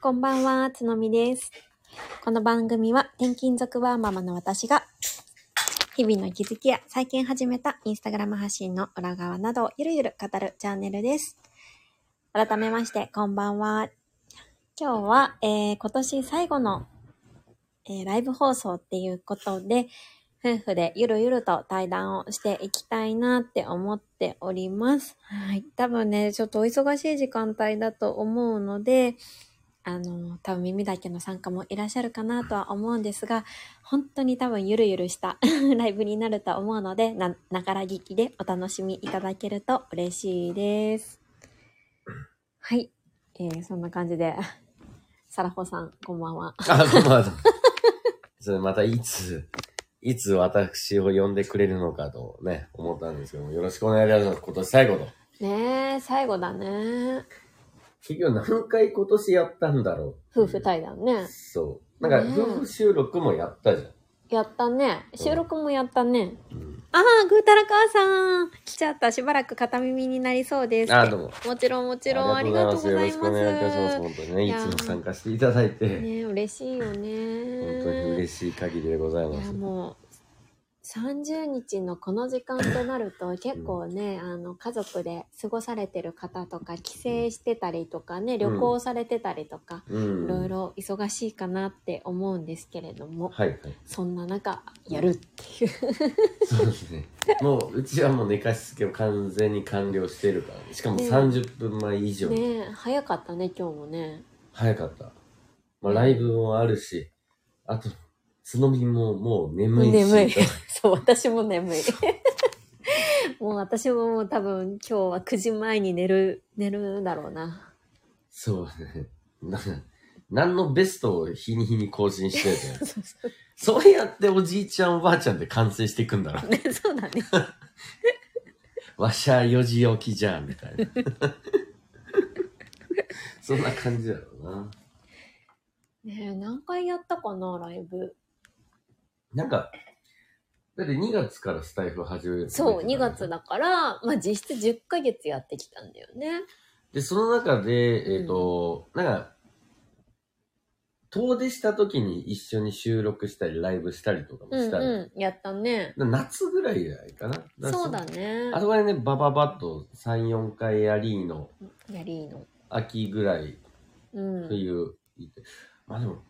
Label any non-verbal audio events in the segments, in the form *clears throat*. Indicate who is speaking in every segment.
Speaker 1: こんばんは、つのみです。この番組は、転勤族ワーママの私が、日々の気づきや最近始めたインスタグラム発信の裏側などをゆるゆる語るチャンネルです。改めまして、こんばんは。今日は、えー今年最後の、えーライブ放送っていうことで、夫婦でゆるゆると対談をしていきたいなって思っております。はい。多分ね、ちょっとお忙しい時間帯だと思うので、あの、多分耳だけの参加もいらっしゃるかなとは思うんですが、本当に多分ゆるゆるした *laughs* ライブになると思うので、な、ながら聞きでお楽しみいただけると嬉しいです。はい。えー、そんな感じで、サラホさん、こんばんは。
Speaker 2: あ、こんばんは。それまたいつ、いつ私を呼んでくれるのかとね、思ったんですけども、よろしくお願いします。今年最後と。
Speaker 1: ねえ、最後だね。
Speaker 2: 結局何回今年やったんだろう。
Speaker 1: 夫婦対談ね。
Speaker 2: そう。なんか夫婦収録もやったじゃん。
Speaker 1: やったね。収録もやったね。
Speaker 2: うん、
Speaker 1: ああ、ぐーたらかあさん。来ちゃった。しばらく片耳になりそうです。
Speaker 2: あ、どうも。も
Speaker 1: もちろん、もちろん。ありがとうございます。
Speaker 2: よろしくお願いいたします。本当にね、い
Speaker 1: いやー
Speaker 2: つも参加していただいて、
Speaker 1: ね嬉しいよ
Speaker 2: 本
Speaker 1: ね。
Speaker 2: 当に嬉しい限りでござい
Speaker 1: い
Speaker 2: ます
Speaker 1: や。もう30日のこの時間となると結構ね、あの家族で過ごされてる方とか帰省してたりとかね旅行されてたりとか、
Speaker 2: うん。
Speaker 1: いろい。ろ忙しいかなって思うんですけれども、
Speaker 2: はいはい。
Speaker 1: そんな中やるっていう
Speaker 2: そうですね。もう、うちはもう寝かしつけを完全に完了してるから、ね、しかも
Speaker 1: ね
Speaker 2: 30分前以上に
Speaker 1: ねえ早かったね今日もね
Speaker 2: 早かった。まあ、ライブもあるし、あと、つのみももう眠いし。
Speaker 1: 眠い *laughs* そう私も眠い *laughs* もう私ももう多分今日は9時前に寝る寝るんだろうな
Speaker 2: *laughs* そうね。な何のベストを日に日に更新してるじゃん。
Speaker 1: そうそ
Speaker 2: *laughs* そうやっておじいちゃんおばあちゃんで完成していくんだろ
Speaker 1: うね *laughs* そうだね
Speaker 2: う。 *laughs* わしゃ4時起きじゃん、みたいな。 *laughs* そんな感じだろうな。
Speaker 1: ねえ、何回やったかな、ライブ。
Speaker 2: なんか、だって2月からスタイフ始めるって言っ
Speaker 1: そう、
Speaker 2: て
Speaker 1: 2
Speaker 2: たから
Speaker 1: 月だから、まあ実質10ヶ月やってきたんだよね。
Speaker 2: で、その中で、えっ、と、なんか、遠出した時に一緒に収録したり、ライブしたりとかも
Speaker 1: う
Speaker 2: し
Speaker 1: ん
Speaker 2: たり、
Speaker 1: うん、やったね。
Speaker 2: な夏ぐらいじゃないかな。から
Speaker 1: そうだね
Speaker 2: あ。そこでね、バババッと3、4回やりの
Speaker 1: やりーの。
Speaker 2: 秋ぐらい、
Speaker 1: うん。
Speaker 2: 冬、まあでも、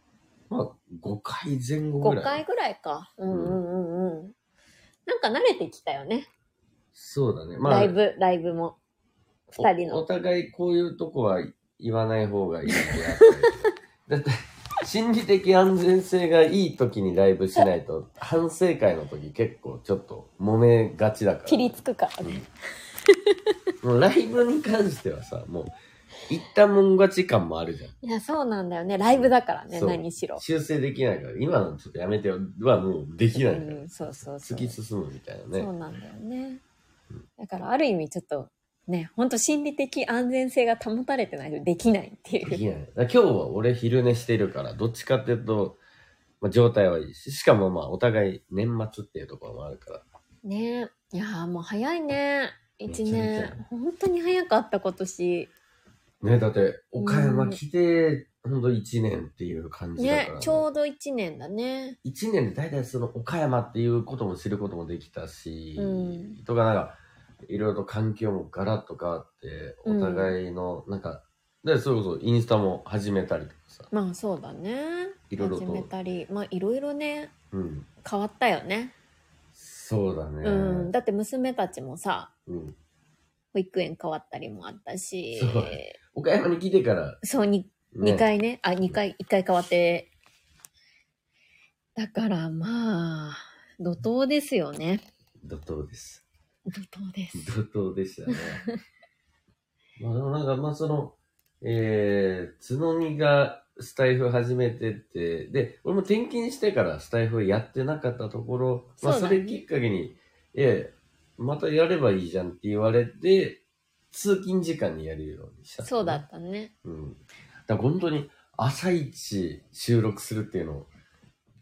Speaker 2: まあ5回前後ぐら
Speaker 1: 5
Speaker 2: い。
Speaker 1: 回ぐらいか。うんうんうんうん。なんか慣れてきたよね。
Speaker 2: そうだね。まあ、
Speaker 1: ライブ、ライブも。
Speaker 2: お
Speaker 1: 2人
Speaker 2: お
Speaker 1: の。
Speaker 2: 互いこういうとこは言わない方がいいってやつだって心理的安全性がいい時にライブしないと反省会の時結構ちょっと揉めがちだから
Speaker 1: ピリつくからね。
Speaker 2: もうライブに関してはさもう言ったもん勝ち感もあるじゃん
Speaker 1: いや、そうなんだよね。ライブだからね、
Speaker 2: そう
Speaker 1: 何しろ。
Speaker 2: 修正できないから今のちょっとやめてよはもうでき
Speaker 1: う
Speaker 2: ないから
Speaker 1: ん、そうそうそ
Speaker 2: 突
Speaker 1: う。
Speaker 2: き進むみたいな
Speaker 1: そう
Speaker 2: ね
Speaker 1: なんだよね
Speaker 2: うん。
Speaker 1: だからある意味ちょっとね、ほんと心理的安全性が保たれてないとできないって
Speaker 2: で
Speaker 1: いう。
Speaker 2: きないだから今日は俺昼寝してるからどっちかっていうと、まあ、状態はいいししかもまあお互い年末っていうところもあるから
Speaker 1: ねいやーもう早いね。一
Speaker 2: めちゃめち
Speaker 1: 年。本当に早かった今年。
Speaker 2: ね、だって、岡山来て、ほんと1年っていう感じだから
Speaker 1: ね
Speaker 2: ね、、
Speaker 1: ちょうど一年だね。
Speaker 2: 1年で大体その岡山っていうことも知ることもできたし、
Speaker 1: うん
Speaker 2: とかなんか、いろいろと環境もガラッと変わって、お互いの、なんか、で、それこそインスタも始めたりとかさ、
Speaker 1: まあそうだね。
Speaker 2: いろいろと
Speaker 1: 始めたり。まあいろいろね、
Speaker 2: うん。
Speaker 1: 変わったよね。
Speaker 2: そうだね。
Speaker 1: うん。だって娘たちもさ、
Speaker 2: うん
Speaker 1: 保育園変わったりもあったし。
Speaker 2: そう岡山に来てから、
Speaker 1: そう、に
Speaker 2: ね
Speaker 1: 2回ね。あ、2回、1回変わって。だからまあ、怒涛ですよね。
Speaker 2: 怒涛です。
Speaker 1: 怒涛です。
Speaker 2: 怒涛でしたね。 *laughs* まあでもなんか、まあその、えー、つのみがスタイフ始めてって、で、俺も転勤してからスタイフやってなかったところ、まあ
Speaker 1: そう
Speaker 2: そ
Speaker 1: だね
Speaker 2: れきっかけに、ええ、またやればいいじゃんって言われて、通勤時間にやるようにした、
Speaker 1: そうだっ。たね。
Speaker 2: うん。だから本当に朝一収録するっていうのを、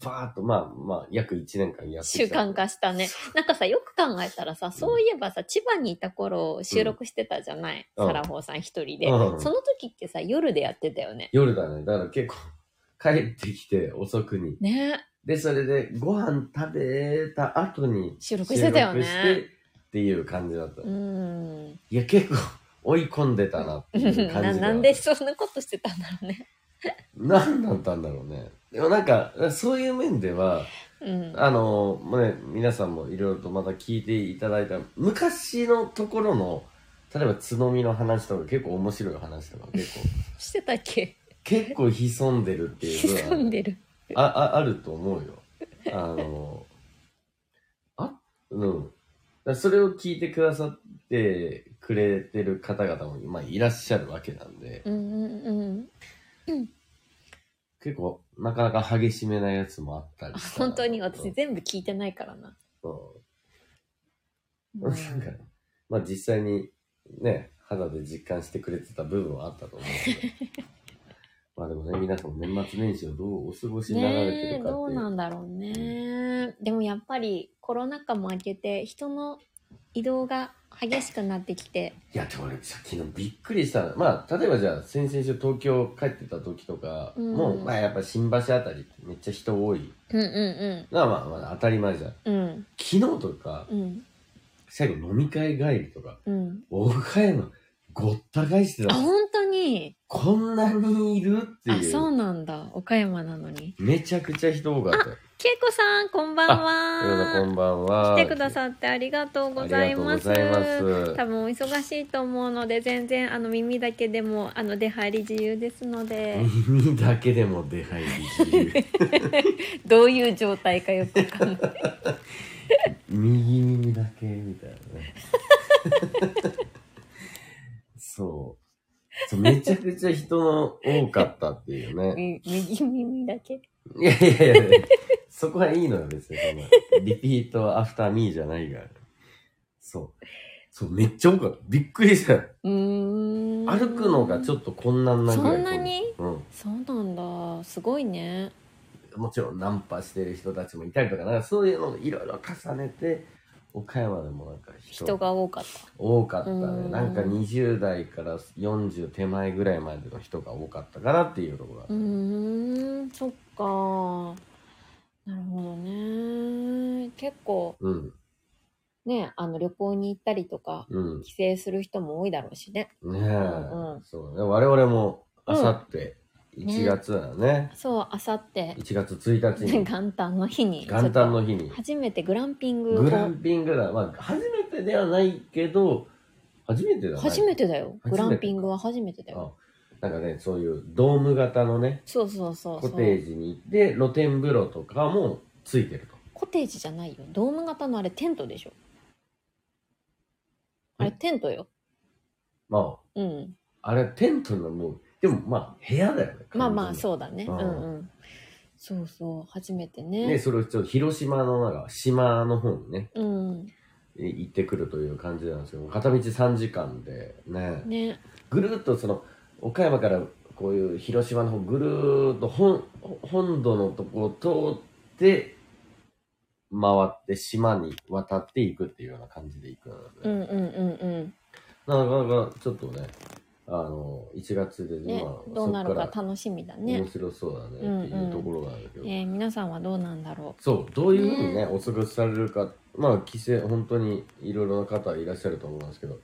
Speaker 2: バーっと、まあまあ、約1年間やって
Speaker 1: 習慣化したね。なんかさ、よく考えたらさ、そういえばさ、千葉にいた頃収録してたじゃない、
Speaker 2: うん
Speaker 1: サラホーさん一人で、
Speaker 2: うん
Speaker 1: その時ってさ、夜でやってたよね。
Speaker 2: 夜だね。だから結構、帰ってきて遅くに。
Speaker 1: ね
Speaker 2: で、それでご飯食べた後に
Speaker 1: 収録してたよ
Speaker 2: 収録して
Speaker 1: ね。
Speaker 2: っていう感じだった。
Speaker 1: う
Speaker 2: い
Speaker 1: ん。
Speaker 2: や、結構追い込んでたなっていう感じだ
Speaker 1: ななんでそんなことしてたんだろうね。
Speaker 2: 何だったんだろうね。でもなんか、そういう面では、
Speaker 1: うん。
Speaker 2: あの、もうね、皆さんもいろいろとまた聞いていただいた、昔のところの、例えば、つのみの話とか、結構面白い話とか、結構、
Speaker 1: してたっけ
Speaker 2: 結構潜んでるっていうの
Speaker 1: *laughs* 潜
Speaker 2: は、
Speaker 1: んでる。
Speaker 2: あ、あ、あると思うよ。あの、あ、うん。だからそれを聞いてくださってくれてる方々も、まあ、いらっしゃるわけなんで、
Speaker 1: うんうんうん。
Speaker 2: 結構、なかなか激しめなやつもあったりした
Speaker 1: 本当に
Speaker 2: う
Speaker 1: 私
Speaker 2: ん
Speaker 1: 全部聞いてないからな。
Speaker 2: そう
Speaker 1: う
Speaker 2: *laughs* なん
Speaker 1: ん
Speaker 2: か、まあ実際にね、肌で実感してくれてた部分はあったと思うけど。
Speaker 1: *laughs*
Speaker 2: まあでもね、皆さんも年末年始をどうお過ごしになられて
Speaker 1: ねえ
Speaker 2: るか
Speaker 1: ど
Speaker 2: っ
Speaker 1: う
Speaker 2: ていう。
Speaker 1: なんだろうねでもやっぱりコロナ禍も明けて人の移動が激しくなってきて
Speaker 2: いや、でも俺、昨日びっくりしたの。まあ、例えばじゃあ、先々週東京帰ってた時とか、
Speaker 1: うん
Speaker 2: もう、まあやっぱ新橋あたりってめっちゃ人多い。
Speaker 1: うんう
Speaker 2: まあまあ、まあ、当たり前じゃん。
Speaker 1: んうん
Speaker 2: 昨日とか、
Speaker 1: うんうん
Speaker 2: 最後飲み会帰りとか、
Speaker 1: うん
Speaker 2: 岡山ごった返して
Speaker 1: あ
Speaker 2: た。
Speaker 1: 本当に
Speaker 2: こんなにいるって
Speaker 1: あ
Speaker 2: いう。
Speaker 1: そうなんだ岡山なのに
Speaker 2: めちゃくちゃ人多かったよ。
Speaker 1: 恵子さんこんばん
Speaker 2: いろいろこ
Speaker 1: は
Speaker 2: んばんは。
Speaker 1: 来てくださってありがとうございます
Speaker 2: ありがとうございます。
Speaker 1: 多分お忙しいと思うので全然あの耳だけでもあの出入り自由ですので、
Speaker 2: 耳だけでも出入り自由。
Speaker 1: どういう状態かよくわかんない
Speaker 2: 右耳だけみたいな
Speaker 1: *laughs*
Speaker 2: ね。そう。そうめちゃくちゃ人の多かったっていうね。
Speaker 1: み右耳だけ
Speaker 2: いやいやいやいやそこはいいのよ、別に。そのリピートアフターミーじゃないから。そう。そう、めっちゃ多かった。びっくりしたよ。
Speaker 1: うーん
Speaker 2: 歩くのがちょっと困難なぐらい。
Speaker 1: そんなに
Speaker 2: うん。
Speaker 1: そうなんだすごいね
Speaker 2: もちろんナンパしてる人たちもいたりとか、なんかそういうのをいろいろ重ねて、岡山でもなんか
Speaker 1: 人
Speaker 2: 人が
Speaker 1: が多かっ
Speaker 2: 多かった
Speaker 1: う
Speaker 2: ね。
Speaker 1: ん
Speaker 2: なんか20代から40手前ぐらいまでの人が多かったからっていうところが
Speaker 1: たうーんそっかなるほどね結構
Speaker 2: うん、
Speaker 1: ねあの旅行に行ったりとか
Speaker 2: うん。
Speaker 1: 帰省する人も多いだろうしね
Speaker 2: ね
Speaker 1: ん
Speaker 2: え、
Speaker 1: うん
Speaker 2: そうね。我々も
Speaker 1: うん
Speaker 2: あさって1月だね。
Speaker 1: そうあさって
Speaker 2: 1月1日に、
Speaker 1: 元旦の日に
Speaker 2: 元旦の日に、
Speaker 1: 初めてグランピング
Speaker 2: グラ
Speaker 1: を
Speaker 2: ンピングだ。まあ、初めてではないけど、初めてだね。
Speaker 1: 初めてだよ
Speaker 2: 初めて
Speaker 1: グ
Speaker 2: か
Speaker 1: ランピングは初めてだよ
Speaker 2: あなんかね、そういうドーム型のね、
Speaker 1: そうそうそうそ
Speaker 2: コ
Speaker 1: う
Speaker 2: テージに行って露天風呂とかもついてると
Speaker 1: コテージじゃないよドーム型のあれテントでしょあれテントよ
Speaker 2: ま
Speaker 1: うん
Speaker 2: ああれテントのもうでもまあ部屋だよね
Speaker 1: まあまあ
Speaker 2: う
Speaker 1: そうだねう
Speaker 2: うんん
Speaker 1: うんそうそう初めて
Speaker 2: で
Speaker 1: ね
Speaker 2: それをちょっと広島のなんか島の方にね
Speaker 1: うん
Speaker 2: え行ってくるという感じなんですけど片道3時間でね
Speaker 1: ね
Speaker 2: ぐるーっとその岡山からこういう広島の方ぐるーっと本本土のとこを通って回って島に渡っていくっていうような感じで行くので、
Speaker 1: うんうんうん
Speaker 2: なかなかちょっとね、あの、1月で、
Speaker 1: うんね
Speaker 2: まあ、
Speaker 1: どうなるか
Speaker 2: そっら
Speaker 1: 楽しみだね
Speaker 2: 面白そうだねって
Speaker 1: うんう
Speaker 2: い
Speaker 1: ん
Speaker 2: うところがあるけど、
Speaker 1: えー皆さんはどうなんだろ
Speaker 2: そう、どういうふうに
Speaker 1: ね
Speaker 2: ね、お過ごしされるか、まあ、帰省、本当にいろいろな方いらっしゃると思うんですけど、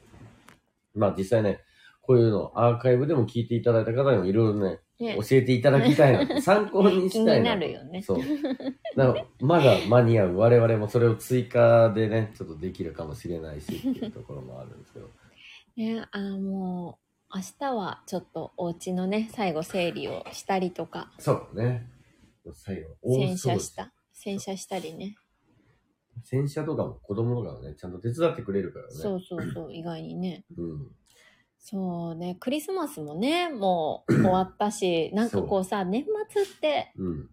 Speaker 2: まあ、実際ね、こういうのアーカイブでも聞いていただいた方にもいろいろね、
Speaker 1: うね
Speaker 2: 教えていただきた
Speaker 1: *laughs*
Speaker 2: いな、参考にしたい
Speaker 1: 気
Speaker 2: な。
Speaker 1: になるよね
Speaker 2: そう。だからまだ間に合う、我々もそれを追加でね、ちょっとできるかもしれないしっていうところもあるんですけど、
Speaker 1: ねあーもう明日はちょっとお家のね最後整理をしたりとか
Speaker 2: そうね。最後、大
Speaker 1: 洗
Speaker 2: 掃除
Speaker 1: 車した洗車したりね
Speaker 2: 洗車とかも子供とかもね、ちゃんと手伝ってくれるからね。
Speaker 1: そうそうそう意外にね
Speaker 2: うん。
Speaker 1: そうね、クリスマスもね、もう終わった
Speaker 2: *clears throat*
Speaker 1: し、なんかこうさ、年末って
Speaker 2: うん。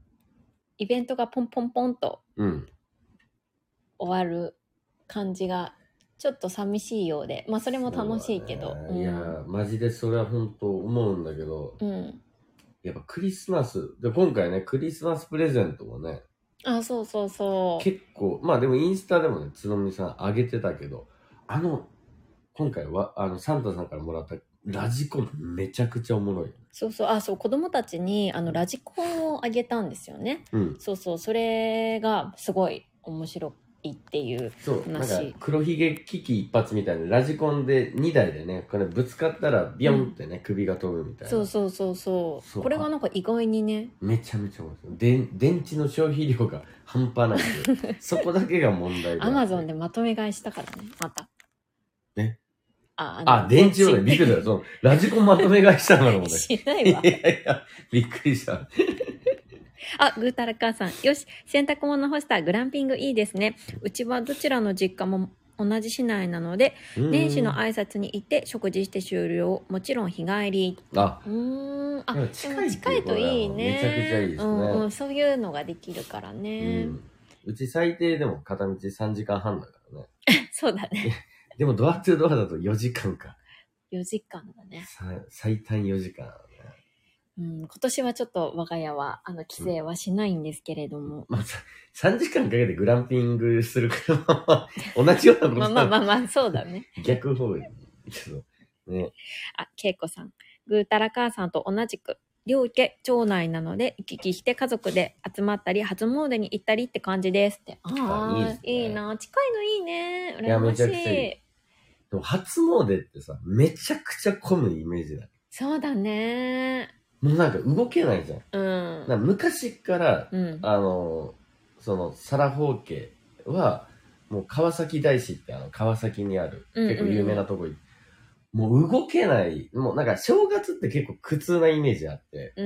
Speaker 1: イベントがポンポンポンと
Speaker 2: うん。
Speaker 1: 終わる感じが、ちょっと寂しいようで、まあそれも楽しいけど。
Speaker 2: そう
Speaker 1: う
Speaker 2: だねいやー、マジでそれは本当思うんだけど、
Speaker 1: ん、うん、
Speaker 2: やっぱクリスマス、で、今回ね、クリスマスプレゼントもね、
Speaker 1: あ、そうそうそう。
Speaker 2: 結構、まあでもインスタでもね、つのみさん上げてたけど、あの、今回は、あの、サンタさんからもらったラジコンめちゃくちゃおもろいよね。
Speaker 1: そうそう、あ、そう、子供たちに、あの、ラジコンをあげたんですよね。
Speaker 2: うん。
Speaker 1: そうそう、それが、すごい面白いっていう。
Speaker 2: そう、なんか
Speaker 1: なし
Speaker 2: 黒ひげ危機一発みたいな、ラジコンで2台でね、これぶつかったらビヨンってね、首が飛ぶみたいな。
Speaker 1: そうそうそうそう。
Speaker 2: そう
Speaker 1: これがなんか意外にね、
Speaker 2: めちゃめちゃ面白い。で電池の消費量が半端ない
Speaker 1: *laughs*
Speaker 2: んでそこだけが問題
Speaker 1: アマゾンで
Speaker 2: で。
Speaker 1: まとめ買いしたからね、また。
Speaker 2: ね。
Speaker 1: あ、の
Speaker 2: あ、電池量ね、びっくりした。その、ラジコンまとめ買いしたのかと
Speaker 1: *laughs*
Speaker 2: 思って。
Speaker 1: しない
Speaker 2: い
Speaker 1: わ
Speaker 2: や。いや、びっくりした。
Speaker 1: あ、ぐーたらかーさん。よし、洗濯物干した。グランピングいいですね。うちはどちらの実家も同じ市内なので、年始の
Speaker 2: あ、
Speaker 1: 挨拶に行って食事して終了。もちろん日帰り。
Speaker 2: あ、
Speaker 1: うーん。あ、
Speaker 2: で
Speaker 1: で
Speaker 2: も
Speaker 1: も
Speaker 2: 近いっていう
Speaker 1: 近いといいね。
Speaker 2: めちゃくちゃいいですね
Speaker 1: うんうん、そういうのができるから
Speaker 2: う
Speaker 1: ね。
Speaker 2: ん。うち最低でも片道3時間半だからね。
Speaker 1: そうだね。
Speaker 2: でもドアトゥードアだと4時間か。
Speaker 1: 4時間だね。
Speaker 2: さ最短4時間、ね。
Speaker 1: うん、今年はちょっと我が家は、あの、帰省はしないんですけれども。
Speaker 2: まあ、さ3時間かけてグランピングするから同じようなこと
Speaker 1: まあまあまあまあ、そうだね。
Speaker 2: 逆方位。ちょっとね。
Speaker 1: あ、けいこさん。ぐーたら母さんと同じく、両家町内なので、行き来して家族で集まったり、初詣に行ったりって感じですって。あ
Speaker 2: あいい
Speaker 1: あ、
Speaker 2: です
Speaker 1: い
Speaker 2: ね
Speaker 1: いな。近いのいいね。
Speaker 2: いや
Speaker 1: 羨まし
Speaker 2: めちゃくちゃい
Speaker 1: い。
Speaker 2: でも初詣ってさ、めちゃくちゃ混むイメージだ。
Speaker 1: そうだね。
Speaker 2: もうなんか動けないじゃん。
Speaker 1: うん。
Speaker 2: なんか昔から、
Speaker 1: うん。
Speaker 2: あの、その、サラホー家は、もう川崎大師ってあの、川崎にある、
Speaker 1: うんうんうん
Speaker 2: 結構有名なとこ行って、もう動けない、もうなんか正月って結構苦痛なイメージあって、
Speaker 1: う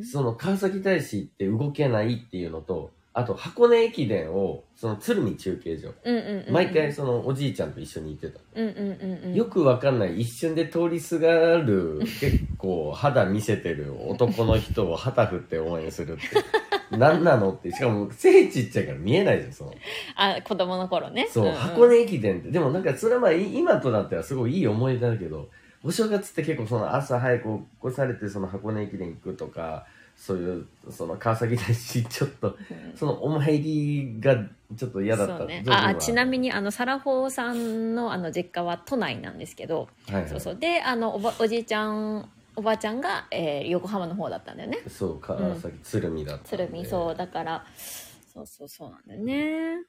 Speaker 1: ん。
Speaker 2: その川崎大師って動けないっていうのと、あと箱根駅伝を、その鶴見中継所、
Speaker 1: うんうんうん。
Speaker 2: 毎回、そのおじいちゃんと一緒に行ってた。
Speaker 1: うんうんうんうん。
Speaker 2: よくわかんない一瞬で通りすがる結構肌見せてる男の人を旗振って応援す
Speaker 1: *laughs*
Speaker 2: るって何なのってしかも背ちっちゃいから見えないじゃんその
Speaker 1: あ、子供の頃ね。
Speaker 2: そう、
Speaker 1: んん
Speaker 2: 箱根駅伝ってでもなんかそれはまあい今となってはすごいいい思い出だけどお正月って結構その朝早く起こされてその箱根駅伝行くとかそういうその川崎大師ちょっと
Speaker 1: うん
Speaker 2: そのお参りがちょっと嫌だった
Speaker 1: そうね
Speaker 2: 時。期も
Speaker 1: あ、
Speaker 2: る
Speaker 1: ちなみに、あの、サラホーさんの、あの、実家は都内なんですけど、
Speaker 2: はいはい
Speaker 1: そうそうであのおばおじいちゃんおばあちゃんが、えー横浜の方だったんだよね
Speaker 2: そう川崎鶴見だったんで
Speaker 1: 鶴見そうだからそうそうそうなんだよね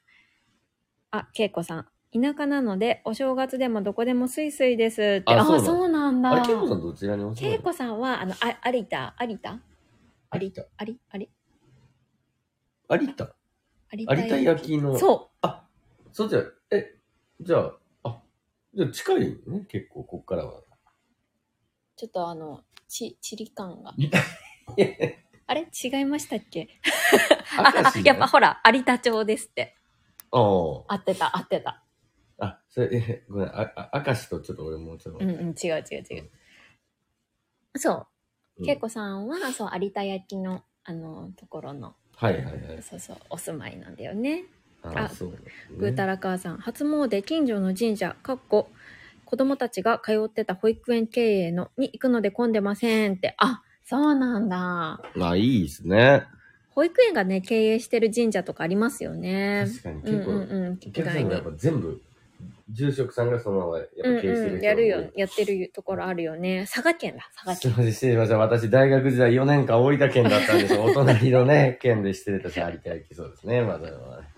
Speaker 1: あ恵子さん田舎なのでお正月でもどこでもスイスイですって
Speaker 2: あ
Speaker 1: あ
Speaker 2: そうな
Speaker 1: そ
Speaker 2: の
Speaker 1: うなん
Speaker 2: あ
Speaker 1: だ
Speaker 2: れ、ケイコさんどちらにお住まい
Speaker 1: 恵子さんはあのあ有田有田
Speaker 2: 有田。
Speaker 1: 有有
Speaker 2: 有田
Speaker 1: 有
Speaker 2: 有田焼きの。う。
Speaker 1: そ
Speaker 2: あ、そうじゃ、え、じゃあ、あ、じゃあ近いよね、結構、こっからは。
Speaker 1: うちょっとあのち地理感が
Speaker 2: い
Speaker 1: あれ違いましたっけあ
Speaker 2: 明
Speaker 1: あ
Speaker 2: 石ね
Speaker 1: やっぱほら有田町ですって
Speaker 2: あー
Speaker 1: 合ってた合ってた
Speaker 2: あ、それ、え、ごめん、あ、あ、明石とちょっと俺もうちょっと。
Speaker 1: うんうん違う違う違うそう
Speaker 2: うん
Speaker 1: 恵子さんはそう有田焼のあのところの
Speaker 2: はいはいはい。
Speaker 1: そうそうお住まいなんだよね。
Speaker 2: あ、
Speaker 1: あ
Speaker 2: そうね。
Speaker 1: ぐーたら母さん初詣近所の神社かっこ子供たちが通ってた保育園経営のに行くので混んでませんってあそうなんだ
Speaker 2: まあ、いいですね。
Speaker 1: 保育園がね経営してる神社とかありますよね。
Speaker 2: 確かに、
Speaker 1: うん
Speaker 2: 結
Speaker 1: うん
Speaker 2: 構、
Speaker 1: うん
Speaker 2: お
Speaker 1: 意
Speaker 2: 客さ
Speaker 1: 外
Speaker 2: んがや
Speaker 1: に
Speaker 2: っぱ全部、住職さんがそのままやっぱ
Speaker 1: うん
Speaker 2: 経営
Speaker 1: う
Speaker 2: してる人が多い
Speaker 1: ん、やるよ、やってるところあるよね。佐賀県だ、佐賀
Speaker 2: すい
Speaker 1: 県。
Speaker 2: ません、失礼しました。私、大学時代4年間大分県だったんですよ。 *laughs* お隣のね、県で失礼いたし、有田焼きそうですね。まあ、それはね。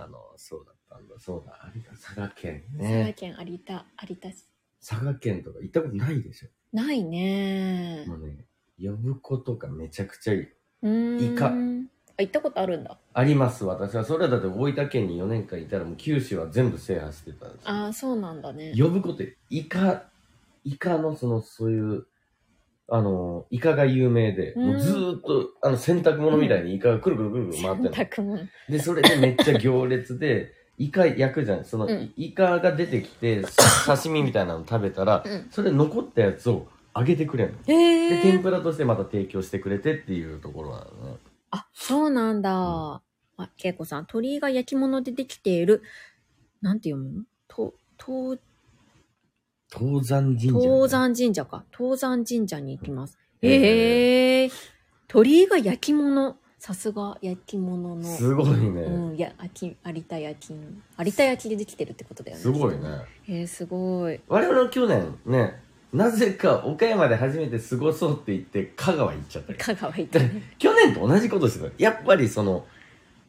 Speaker 2: あの、そうだったんだ。そうだ、有田、佐賀県
Speaker 1: 佐賀
Speaker 2: ね。
Speaker 1: 県有田、有田市。
Speaker 2: 佐賀県とか行ったことないでし
Speaker 1: ないね
Speaker 2: ょ。。もうね、呼ぶ子とかめちゃくちゃいい。
Speaker 1: うーん
Speaker 2: イカ
Speaker 1: あ、行ったことあるんだ。
Speaker 2: あります、私は。それはだって大分県に4年間いたら、もう九州は全部制覇してたんですよ。
Speaker 1: ああ、そうなんだね。
Speaker 2: 呼ぶ子って、イカ、イカのその、そういう、あの、イカが有名で、もうずーっと、あの、洗濯物みたいにイカがくるくるくるくる回ってる。
Speaker 1: 洗濯物。
Speaker 2: で、それでめっちゃ行列で、イカ焼くじゃん。その、
Speaker 1: うん
Speaker 2: イカが出てきて、さ刺身みたいなの食べたら、
Speaker 1: うん。
Speaker 2: それ残ったやつを揚げてくれるの。で、
Speaker 1: ええ
Speaker 2: 天ぷらとしてまた提供してくれてっていうところなのね。
Speaker 1: あ、そうなんだ。あ、けいこさん、鳥居が焼き物でできている、なんて読むのと、と、
Speaker 2: 東山神社。
Speaker 1: 東。山神社か。東山神社に行きます。
Speaker 2: うん
Speaker 1: ええ鳥居が焼き物。さすが焼き物の。
Speaker 2: すごいね
Speaker 1: うん、いや、焼き、有田焼きの。有田焼きでできてるってことだよね。
Speaker 2: すごい
Speaker 1: きっと。
Speaker 2: ね。
Speaker 1: へえ、すごい。
Speaker 2: 我々は去年ね、なぜか岡山で初めて過ごそうって言って香川行っちゃったけど
Speaker 1: 香川行ったね。
Speaker 2: 去年と同じことしてた。やっぱりその、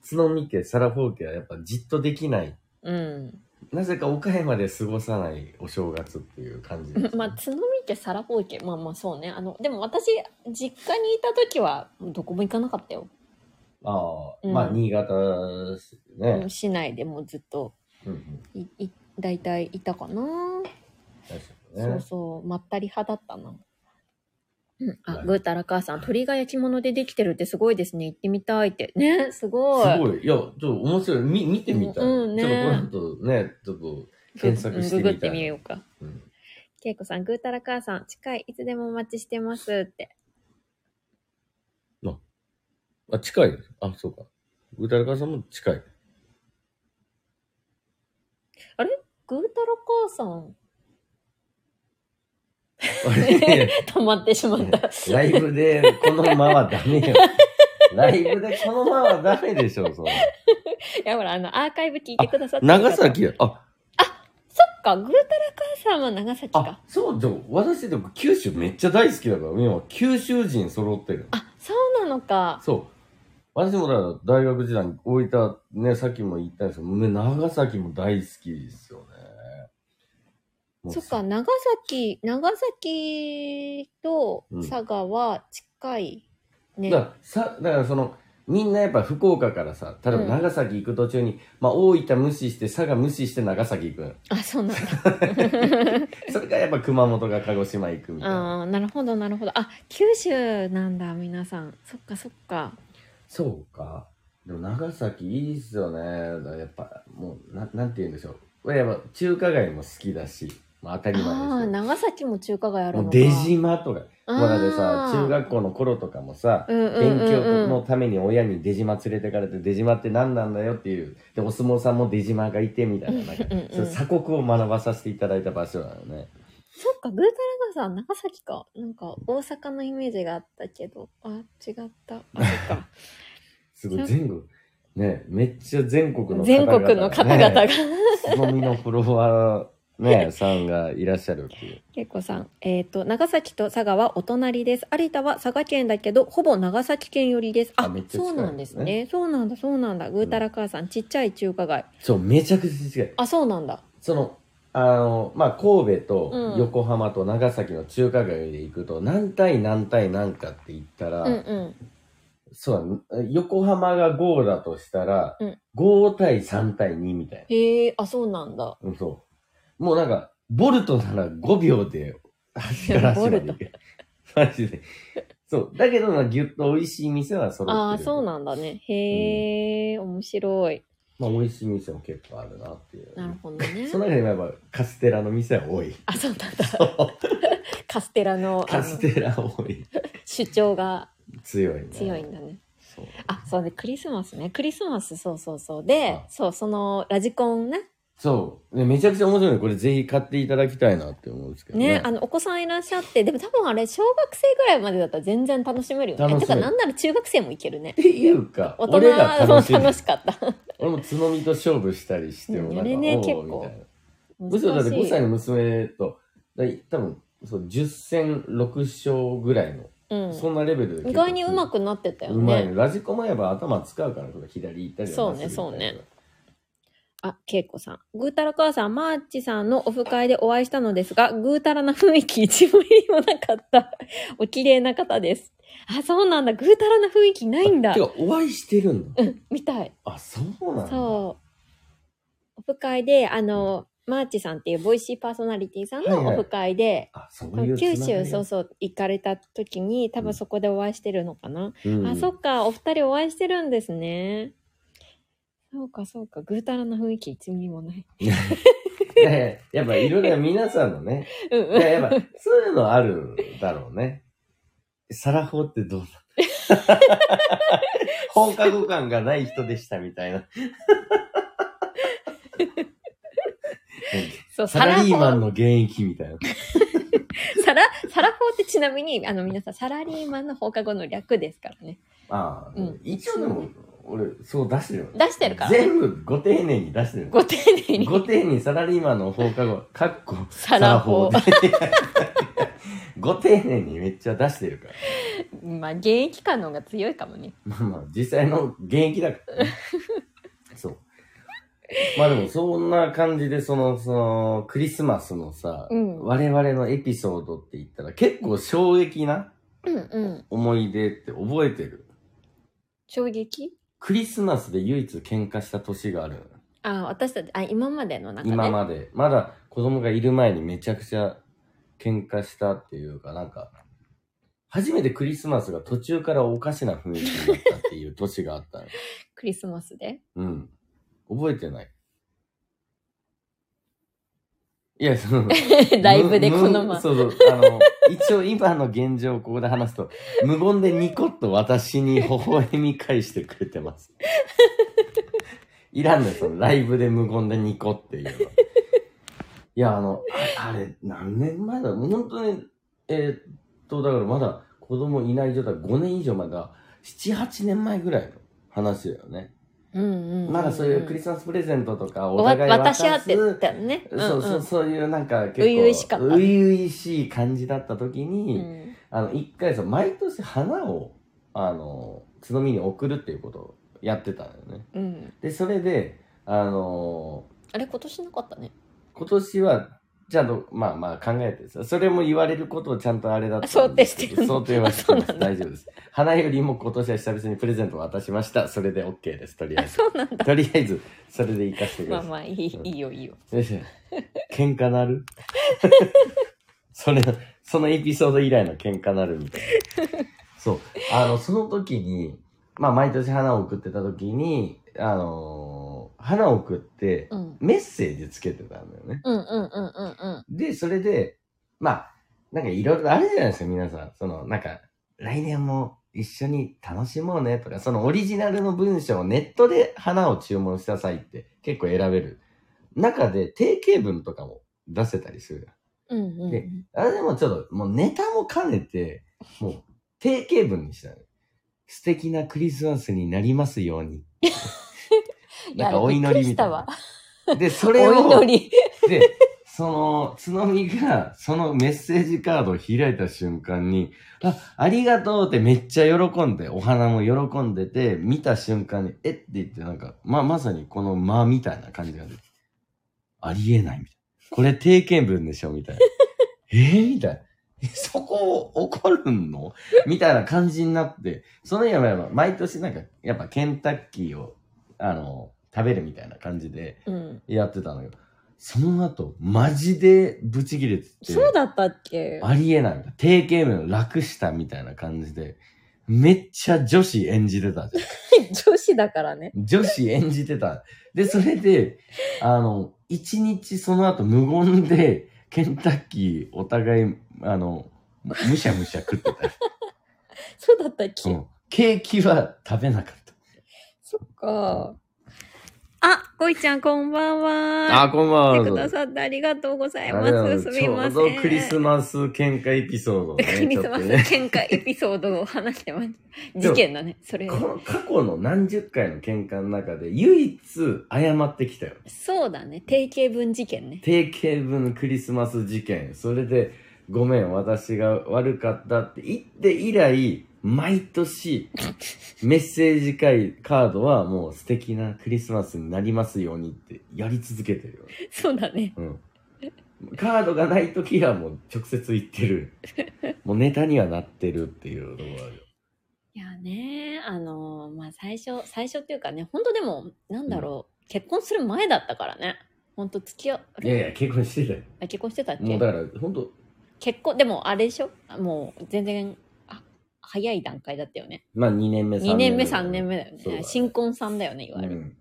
Speaker 2: 角見家、サラフォー家はやっぱじっとできない。
Speaker 1: うん。
Speaker 2: なぜか岡山で過ごさないお正月っていう感じです、
Speaker 1: まあ、角見家、サラポー家。まあまあ、そうね。あの、でも私、実家にいた時は、どこも行かなかったよ。
Speaker 2: ああ、
Speaker 1: うん
Speaker 2: まあ、新潟です
Speaker 1: う
Speaker 2: ね
Speaker 1: ん。市内でもうずっと、
Speaker 2: うんうん。
Speaker 1: い、い、大体いたかな。
Speaker 2: 確かに
Speaker 1: そう
Speaker 2: ね。
Speaker 1: そう、まったり派だったな。うん、あ、
Speaker 2: はい
Speaker 1: ぐーたら母さん、鳥が焼き物でできてるってすごいですね。行ってみたいって。ね、すごい。
Speaker 2: すごい。いや、ちょっと面白い。み、見てみたい。
Speaker 1: うんうんね
Speaker 2: ちょっとこの後ね、ちょっと、検索してみた
Speaker 1: グ
Speaker 2: い
Speaker 1: グってみようか。
Speaker 2: うん、
Speaker 1: けいこさん、ぐーたら母さん、近い、いつでもお待ちしてますって。
Speaker 2: あ、近い。あ、そうか。宇多田川さんも近い。 *laughs*
Speaker 1: ぐーたら母さん、 *laughs*
Speaker 2: あれ
Speaker 1: 溜まってしまった。
Speaker 2: ライブでこのままダメよ。ライブでこのままダメでしょ、その
Speaker 1: いや、ほら、あの、アーカイブ聞いてくださってる方
Speaker 2: 長崎や。あ、
Speaker 1: そっか、ぐーたら母さんは長崎
Speaker 2: あ
Speaker 1: か。、
Speaker 2: そう、じゃあ私でも九州めっちゃ大好きだから、今、九州人揃ってる。
Speaker 1: あ、そうなのか。
Speaker 2: そう。私もだから大学時代に大分ね、さっきも言ったんですけど、ね長崎も大好きですよね。もう
Speaker 1: そっか、。長崎、長崎と佐賀は近いね。
Speaker 2: だからさ、だからその、みんなやっぱ福岡からさ、例えば
Speaker 1: うん
Speaker 2: 長崎行く途中に、まあ大分無視して、佐賀無視して長崎行くのよ。
Speaker 1: あ、そう
Speaker 2: *laughs*
Speaker 1: なんだ。
Speaker 2: それからやっぱ熊本が鹿児島行くみたいな。
Speaker 1: ああ、なるほど、なるほど。あ、九州なんだ、皆さん。そっか、そっか。
Speaker 2: そうか。でも長崎いいっすよね。だからやっぱ、もう、ななんて言うんでしょう。やっぱ中華街も好きだし、まあ当たり
Speaker 1: ああ
Speaker 2: 前
Speaker 1: ー、
Speaker 2: です
Speaker 1: 長崎も中華街あ
Speaker 2: け
Speaker 1: るの
Speaker 2: ど。もう
Speaker 1: か。
Speaker 2: 出島とか。
Speaker 1: あー
Speaker 2: ほらでさ、中学校の頃とかもさ、
Speaker 1: うんうん
Speaker 2: 勉
Speaker 1: うんう
Speaker 2: 強
Speaker 1: ん
Speaker 2: のために親に出島連れてかれて、出島って何なんだよっていう。で、お相撲さんも出島がいてみたいな、なんか
Speaker 1: うんうんうん、
Speaker 2: そう鎖国を学ばさせていただいた場所なのね。
Speaker 1: そっか、グータラガさん、長崎か。なんか、大阪のイメージがあったけど。あ、違った。あ、そっか。
Speaker 2: すごい、全国、ね、めっちゃ全国の
Speaker 1: 全国の方々が
Speaker 2: ね。つぼみのフロア、
Speaker 1: *laughs*
Speaker 2: ね、さんがいらっしゃるっていう。
Speaker 1: けいこさん、えっ、と、長崎と佐賀はお隣です。有田は佐賀県だけど、ほぼ長崎県寄りです。あ、
Speaker 2: あめっちゃ近
Speaker 1: そ
Speaker 2: いう
Speaker 1: なんです
Speaker 2: です
Speaker 1: ね。そうなんだ、そうなんだ。ぐーたら母さん、ちっちゃい中華街。
Speaker 2: そう、めちゃくちゃ違う。
Speaker 1: あ、そうなんだ。
Speaker 2: その、あの、まあ、神戸と
Speaker 1: うん
Speaker 2: 横浜と長崎の中華街で行くと、何対何対何かって言ったら、
Speaker 1: うんうん。
Speaker 2: そうだ、横浜が5だとしたら、
Speaker 1: うん
Speaker 2: 5対3対2みたい
Speaker 1: へえ、あ、そうなんだ。
Speaker 2: な。うん、そう。もうなんか、ボルトなら5秒で、端から端まで行く。マジで。そう。だけど、まあぎゅっと美味しい店は揃ってる。
Speaker 1: ああ、そうなんだね。へえ、面白い。
Speaker 2: まあ、美味しい店も結構あるなっていう。
Speaker 1: なるほどね
Speaker 2: そ。の中でもやっぱカステラの店は多い。
Speaker 1: あ、そうなんだ。カステラのあ
Speaker 2: カス
Speaker 1: の
Speaker 2: テラ多い。
Speaker 1: 主張が
Speaker 2: 強いね。
Speaker 1: 強いんだね。
Speaker 2: そう。
Speaker 1: あ、そうで、クリスマスね。クリスマス、そうそうそう。で
Speaker 2: あ、
Speaker 1: そう、その、ラジコンね。
Speaker 2: そう。ね、めちゃくちゃ面白いのでこれぜひ買っていただきたいなって思うんですけどね。
Speaker 1: ね、あの、お子さんいらっしゃって、でも多分あれ、小学生ぐらいまでだったら全然楽しめるよね。
Speaker 2: 楽しめ
Speaker 1: て
Speaker 2: る
Speaker 1: か、なんなら中学生もいけるね
Speaker 2: っ。ていうか、
Speaker 1: 大人
Speaker 2: 俺が
Speaker 1: も
Speaker 2: 楽しい。
Speaker 1: 楽しかった。
Speaker 2: 俺もつのみと勝負したりしても、
Speaker 1: うん
Speaker 2: な
Speaker 1: あ
Speaker 2: んか、
Speaker 1: れね
Speaker 2: お
Speaker 1: 結
Speaker 2: ーみ
Speaker 1: 構
Speaker 2: たいな。むしろだって
Speaker 1: 難しい
Speaker 2: 5歳の娘と、だい多分、そう、10戦6勝ぐらいの、そんなレベルで
Speaker 1: うん。
Speaker 2: 結
Speaker 1: 意
Speaker 2: 構。
Speaker 1: 外にうまくなってたよ
Speaker 2: うまい
Speaker 1: ね。
Speaker 2: ね。ラジコンもやっぱ頭使うから、これ左行ったりとかするみたいな
Speaker 1: そうねそうね。あ、けいこさん。ぐーたら母さん、マーチさんのオフ会でお会いしたのですが、ぐーたらな雰囲気一ミリもなかった。 *laughs* お綺麗な方です。あ、そうなんだ。ぐーたらな雰囲気ないんだ
Speaker 2: て。か、お会いしてるんだ。
Speaker 1: みたい。
Speaker 2: あ、そうなんだ。
Speaker 1: そう。オフ会で、あの、マーチさんっていうボイシーパーソナリティさん
Speaker 2: はい
Speaker 1: の
Speaker 2: は
Speaker 1: オ
Speaker 2: い
Speaker 1: フ会で、
Speaker 2: あ、そういうつなが
Speaker 1: 九
Speaker 2: り
Speaker 1: 州、そうそう、行かれた時に、多分そこでお会いしてるのかな。
Speaker 2: うん
Speaker 1: あ、
Speaker 2: *laughs*
Speaker 1: そっか、お二人お会いしてるんですね。そうか、そうか、ぐうたらな雰囲気一ミリもない。
Speaker 2: いやいややっぱいろいろ皆さんのね、
Speaker 1: うん
Speaker 2: い
Speaker 1: うん。
Speaker 2: ややっぱそういうのあるだろうね。サラホってどうな *laughs* 放課後感がない人でしたみたいな。
Speaker 1: そう、
Speaker 2: サ
Speaker 1: サ
Speaker 2: ラ
Speaker 1: ラ
Speaker 2: リ
Speaker 1: リ
Speaker 2: ー
Speaker 1: ー
Speaker 2: マ
Speaker 1: マ
Speaker 2: ン
Speaker 1: ン。
Speaker 2: の現役みたいな。
Speaker 1: サラ、サラフォーってちなみに、あの皆さん、サラリーマンの放課後の略ですからね。
Speaker 2: ああ、
Speaker 1: うん
Speaker 2: 一応でも、俺、そう出してるよ。
Speaker 1: 出してるからね。
Speaker 2: 全部ご丁寧に出してる。
Speaker 1: ご丁寧に。
Speaker 2: ご丁寧にサラリーマンの放課後、かっこ、
Speaker 1: サラ法
Speaker 2: サラ法で *laughs* ご丁寧にめっちゃ出してるから。
Speaker 1: まあ、現役感の方が強いかもね。
Speaker 2: まあまあ、実際の現役だから、ね。そう。まあでも、そんな感じで、その、その、クリスマスのさ、
Speaker 1: うん
Speaker 2: 我々のエピソードって言ったら、結構衝撃な
Speaker 1: うんうん。
Speaker 2: 思い出って覚えてる。
Speaker 1: 衝撃
Speaker 2: クリスマスで唯一喧嘩した年があるの。
Speaker 1: あ、私たち、あ、今までの中で。
Speaker 2: 今まで。まだ子供がいる前にめちゃくちゃ喧嘩したっていうか、なんか、初めてクリスマスが途中からおかしな雰囲気になったっていう年があったの。
Speaker 1: クリスマスで。 *laughs*
Speaker 2: うん。覚えてない。いや、その、
Speaker 1: *laughs* ライブでこの
Speaker 2: むむ
Speaker 1: ま。
Speaker 2: そうそう、あの、一応今の現状をここで話すと、無言でニコッと私に微笑み返してくれ
Speaker 1: *laughs*
Speaker 2: てます。いらんのよ、そのライブで無言でニコっていうの。いや、あの、ああれ、何年前だもう本当に、えーっと、だからまだ子供いない状態、5年以上まだ、7、8年前ぐらいの話だよね。
Speaker 1: うんうんうん。
Speaker 2: まだそういうクリスマスプレゼントとか、お
Speaker 1: わ
Speaker 2: 互い渡
Speaker 1: 渡
Speaker 2: す
Speaker 1: し合ってたよね。んん
Speaker 2: そうそう、そういうなんか結
Speaker 1: 初
Speaker 2: 構、
Speaker 1: 々しかった
Speaker 2: 初々しい感じだった時
Speaker 1: う
Speaker 2: に、
Speaker 1: ん。
Speaker 2: あの、一回さ、毎年花を、あの、つのみに送るっていうことをやってたのよね。
Speaker 1: うん。
Speaker 2: で、それで、あの、
Speaker 1: あれ、今年なかったね。
Speaker 2: 今年は、ちゃんと、まあまあ考えてさ、それも言われることをちゃんとあれだったんですけど
Speaker 1: 想定してるの
Speaker 2: 想定はしてま
Speaker 1: あそ
Speaker 2: す。
Speaker 1: うなんだ
Speaker 2: 大丈夫です。花よりも今年は久々にプレゼントを渡しました。それで OK です。とりあえず。
Speaker 1: *laughs* そうなんだ。
Speaker 2: とりあえず、それで行かせてくだ
Speaker 1: まあ
Speaker 2: さい。
Speaker 1: まあ、いい、いいよ、いいよ。
Speaker 2: よいしょ。喧嘩なる *laughs* それ、そのエピソード以来の喧嘩なるみたいな。そう。あの、その時に、まあ、毎年花を送ってた時に、あのー花を送って
Speaker 1: う、ん。
Speaker 2: メッセージつけてたんだよね。
Speaker 1: うんうんうんうんうん。
Speaker 2: で、それで、まあ、なんかいろいろあるじゃないですか、皆さん。その、なんか、来年も一緒に楽しもうねとか、そのオリジナルの文章をネットで花を注文した際って結構選べる。中で定型文とかも出せたりする。
Speaker 1: うんうんう
Speaker 2: で
Speaker 1: ん。
Speaker 2: あれでもちょっと、もうネタも兼ねて、もう定型文にしたの。素敵なクリスマスになりますよ
Speaker 1: *laughs*
Speaker 2: うに。なんかお祈りみたい
Speaker 1: いや
Speaker 2: な
Speaker 1: あ。
Speaker 2: で、そ
Speaker 1: れび
Speaker 2: れ
Speaker 1: っくりしたわ。 *laughs* お
Speaker 2: を、
Speaker 1: 祈り。
Speaker 2: で、その、つのみが、そのメッセージカードを開いた瞬間に、あ、ありがとうってめっちゃ喜んで、お花も喜んでて、見た瞬間に、えって言って、なんか、ま、まさにこの間みたいな感じが出て、ありえないみたいな。これ定型文でしょみたいな。えー、みたいな。えそこを怒るのみたいな感じになって、そのやばいやばい、毎年なんか、やっぱケンタッキーを、あの、食べるみたいな感じで、
Speaker 1: うん。
Speaker 2: やってたのよ。その後、マジでブチ切れてて、
Speaker 1: そうだったっけ
Speaker 2: ありえないみたいな。定型文を楽したみたいな感じで、めっちゃ女子演じてたじゃん。
Speaker 1: 女子だからね。 *laughs*
Speaker 2: 女子演じてた。で、それで、あの、一日その後無言で、ケンタッキーお互い、あの、むしゃむしゃ食ってた
Speaker 1: *laughs*
Speaker 2: よ。
Speaker 1: そうだったっけ、
Speaker 2: うんケーキは食べなかった。
Speaker 1: そっか。あ、こいちゃんこんばんは。
Speaker 2: あ、こんば
Speaker 1: 来
Speaker 2: ん
Speaker 1: てく
Speaker 2: は。
Speaker 1: ださってありがとうござい
Speaker 2: あ
Speaker 1: ま
Speaker 2: れだよ
Speaker 1: す。すみません。
Speaker 2: ちょうどクリスマス喧嘩エピソードを
Speaker 1: *laughs*
Speaker 2: ね、
Speaker 1: クリ
Speaker 2: ちょ
Speaker 1: ス
Speaker 2: っと
Speaker 1: マス
Speaker 2: ね。
Speaker 1: 喧嘩エピソードを話してます。
Speaker 2: も
Speaker 1: 事件だね、それ
Speaker 2: この過去の何十回の喧嘩の中で唯一謝ってきたよ。
Speaker 1: そうだね、定型文事件ね。
Speaker 2: 定型文クリスマス事件。それで、ごめん、私が悪かったって言って以来、毎年、メッセージ会カードはもう素敵なクリスマスになりますようにってやり続けてるよ。
Speaker 1: そうだね。
Speaker 2: うん。カードがない時はもう直接言ってる。もうネタにはなってるってい
Speaker 1: *laughs*
Speaker 2: うところあるよ。
Speaker 1: いやね、あのーまあ最初、最初っていうかね、本当でも、なんだろう、結婚する前だったからね。本当付き合う。
Speaker 2: いやいや、結婚してたよ。
Speaker 1: あ結婚してたっ
Speaker 2: も
Speaker 1: け
Speaker 2: うだから、ほんと、
Speaker 1: 結婚、でもあれでしょもう全然、あ、早い段階だったよね。
Speaker 2: まあ2年目、
Speaker 1: 2年目、3
Speaker 2: 三
Speaker 1: 年目だよ
Speaker 2: そうだ
Speaker 1: ね。新婚さんだよね、いわゆ
Speaker 2: う
Speaker 1: る。
Speaker 2: ん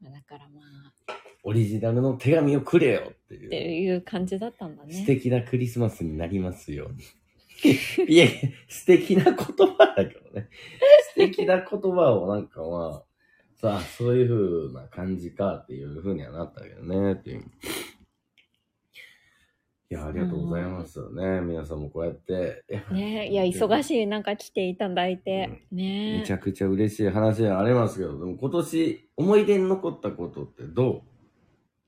Speaker 1: まあだからまあ、
Speaker 2: オリジナルの手紙をくれよって
Speaker 1: っ
Speaker 2: いう。
Speaker 1: ていう感じだったんだ
Speaker 2: 素
Speaker 1: ね。
Speaker 2: 敵なクリスマスにな *laughs* りますように。いや、素敵な言葉だけどね。素敵な言葉をなんかまあ、さあ、そういう風な感じかっていう風にはなったけどね、っていう。いや、ありがとうございますよね。皆さんもこうやって。
Speaker 1: ねいや、忙しい中来ていただいて。ね
Speaker 2: めちゃくちゃ嬉しい話ではありますけど、でも今年、思い出に残ったことってどう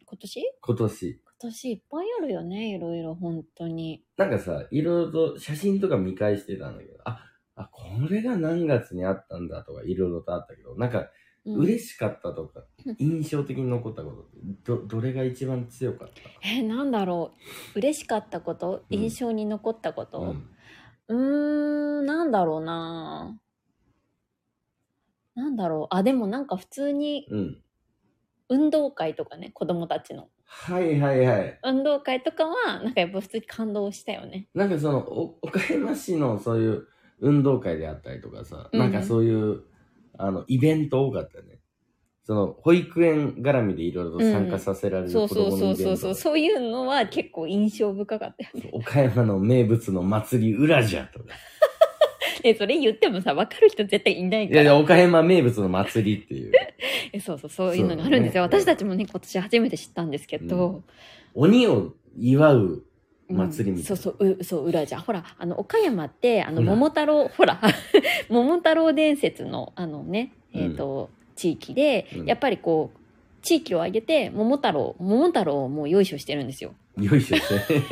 Speaker 1: 今年
Speaker 2: 今年。
Speaker 1: 今年いっぱいあるよね、いろいろ、本当に。
Speaker 2: なんかさ、いろいろと写真とか見返してたんだけど、あ、あ、これが何月にあったんだとか、いろいろとあったけど、なんか、
Speaker 1: うん
Speaker 2: 嬉しかったとか、印象的に残ったことって、ど、どれが一番強かっ
Speaker 1: え、なんだろう。嬉しかったこと
Speaker 2: うん
Speaker 1: 印象に残ったこ
Speaker 2: た
Speaker 1: と、うーん、なんだろうななんだろう。あ、でもなんか普通に
Speaker 2: うん。うん。
Speaker 1: 運動会とかね、子供たちの。
Speaker 2: はいはいはい。
Speaker 1: 運動会とかは、なんかやっぱ普通に感動したよね。
Speaker 2: なんかその、お岡山市のそういう運動会であったりとかさ、
Speaker 1: うん
Speaker 2: なんかそういう、あの、イベント多かったね。その、保育園絡みでいろいろと参加させられる
Speaker 1: そ
Speaker 2: 子
Speaker 1: うそう
Speaker 2: 供の
Speaker 1: そ
Speaker 2: イ
Speaker 1: う
Speaker 2: ベ
Speaker 1: そう
Speaker 2: ン
Speaker 1: そ
Speaker 2: ト
Speaker 1: う。。そういうのは結構印象深かった *laughs* よね。
Speaker 2: 岡山の名物の祭り、裏じゃとか。
Speaker 1: え、それ言ってもさ、わかる人絶対いない
Speaker 2: い
Speaker 1: から。
Speaker 2: やいや、岡山名物の祭りっていう。
Speaker 1: えそうそう、そういうのがあるんですよ。
Speaker 2: そうだね
Speaker 1: 私たちもね、今年初めて知ったんですけど。
Speaker 2: 鬼を祝う
Speaker 1: うん
Speaker 2: 祭りみたいな。
Speaker 1: そうそう、う、そう、裏じゃん。ほら、あの、岡山って、あの、
Speaker 2: うん
Speaker 1: 桃太郎、ほら、 *laughs* 桃太郎伝説の、あのね、えっ、と、地域で、
Speaker 2: うん
Speaker 1: やっぱりこう、地域を挙げて、桃太郎、桃太郎をもう用意しょしてるんですよ。 *laughs*
Speaker 2: よいしょして。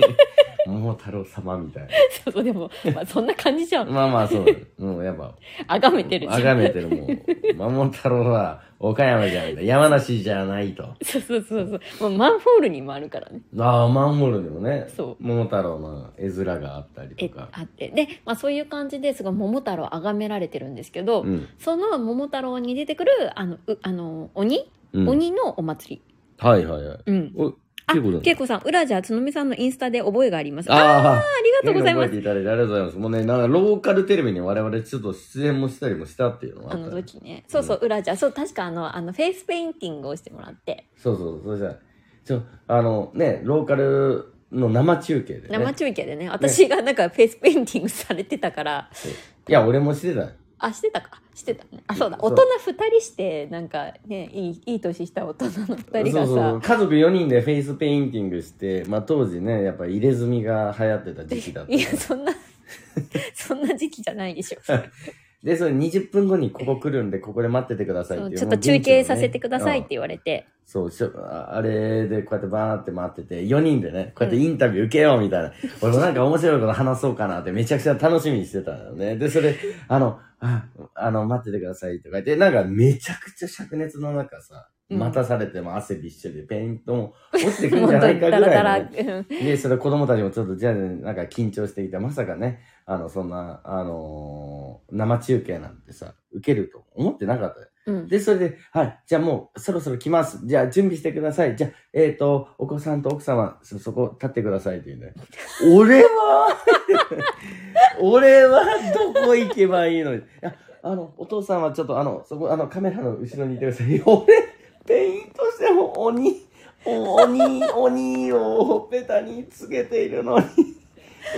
Speaker 2: 桃太郎様みたい
Speaker 1: そうそう、でも、まあ、そんな感じじゃ
Speaker 2: な。
Speaker 1: ん。
Speaker 2: まあまあそうだね。もうやっぱ。
Speaker 1: あがめてるじゃん。
Speaker 2: あがめてるもう。桃太郎は岡山じゃないんだ。山梨じゃないと。
Speaker 1: *laughs* そうそうそうそう。もうマンホールにもあるからね。
Speaker 2: ああ、マンホールでもね。
Speaker 1: そう。
Speaker 2: 桃太郎の絵面があったり
Speaker 1: え
Speaker 2: とか。
Speaker 1: あって。で、まあそういう感じですごい桃太郎あがめられてるんですけど、
Speaker 2: うん。
Speaker 1: その桃太郎に出てくる、あの、うあの、鬼、
Speaker 2: うん、
Speaker 1: 鬼のお祭
Speaker 2: はいはいはい。
Speaker 1: り。うん。
Speaker 2: お、
Speaker 1: あ、
Speaker 2: 結構だね
Speaker 1: けいこさん、裏じゃつのみさんのインスタで覚えがあります。あ
Speaker 2: ああ。
Speaker 1: ありがとうございま
Speaker 2: 覚え
Speaker 1: す。
Speaker 2: ていただいてありがとうございます。もうね、なんかローカルテレビに我々ちょっと出演もしたりもしたっていうのが
Speaker 1: あ
Speaker 2: あっ
Speaker 1: の
Speaker 2: た、ね。
Speaker 1: 時ね。そうそう、裏じゃ。そう、確かあの、あの、フェイスペインティングをしてもらって、
Speaker 2: そうそう、それじゃちょ、あのね、ローカルの生中継で、ね。
Speaker 1: 生中継でね、私がなんかフェイスペインティングされてたから、
Speaker 2: そういや、俺もしてたよ。
Speaker 1: *laughs* あ、してたか。してたね。あ、そうだ。
Speaker 2: そう
Speaker 1: 大人二人して、なんかね、いい、いい年した大人の二人が
Speaker 2: そうそ
Speaker 1: さ
Speaker 2: う、家族4人でフェイスペインティングして、まあ、当時ねやっぱ入れ墨が流行ってた時期だった
Speaker 1: いや、そんな、 *laughs* そんな時期じゃないでしょ。
Speaker 2: でそれ20分後にここ来るんでここで待っててください
Speaker 1: そ
Speaker 2: っ
Speaker 1: う
Speaker 2: ていう
Speaker 1: ちょっ
Speaker 2: もう
Speaker 1: と中
Speaker 2: 現地の
Speaker 1: 継
Speaker 2: ね
Speaker 1: させてくださいって言われて。
Speaker 2: うんそうしょああれでこうやってバーって待ってて4人でねこうやってインタビュー受けようみたいな、俺もなんか面白いこと話そうかなってめちゃくちゃ楽しみにしてたのねでそれあのああの待っててくださいとか言ってなんかめちゃくちゃ灼熱の中さ
Speaker 1: うん
Speaker 2: 待たされても汗びっしょりでペイントも落ちてく
Speaker 1: もうん
Speaker 2: るじ
Speaker 1: だ
Speaker 2: ゃないかぐ
Speaker 1: ら
Speaker 2: らいのね、
Speaker 1: だら、うん
Speaker 2: で、それ子供たちもちょっとじゃあ、なんか緊張してきて、まさかね、あの、そんな、あのー生中継なんてさ、受けると思ってなかったよ。
Speaker 1: うん。
Speaker 2: で、それで、はい、じゃあもうそろそろ来ます。じゃあ準備してください。じゃあ、えっ、ー、と、お子さんと奥様、そ、そこ立ってくださいって言うね。俺
Speaker 1: *laughs*
Speaker 2: は俺はどこ行けばいいのに。いやあの、お父さんはちょっとあの、そこ、あの、カメラの後ろにいてください。 *laughs* 俺、ペイントしても鬼、お鬼、鬼をほっぺたにつけているのに。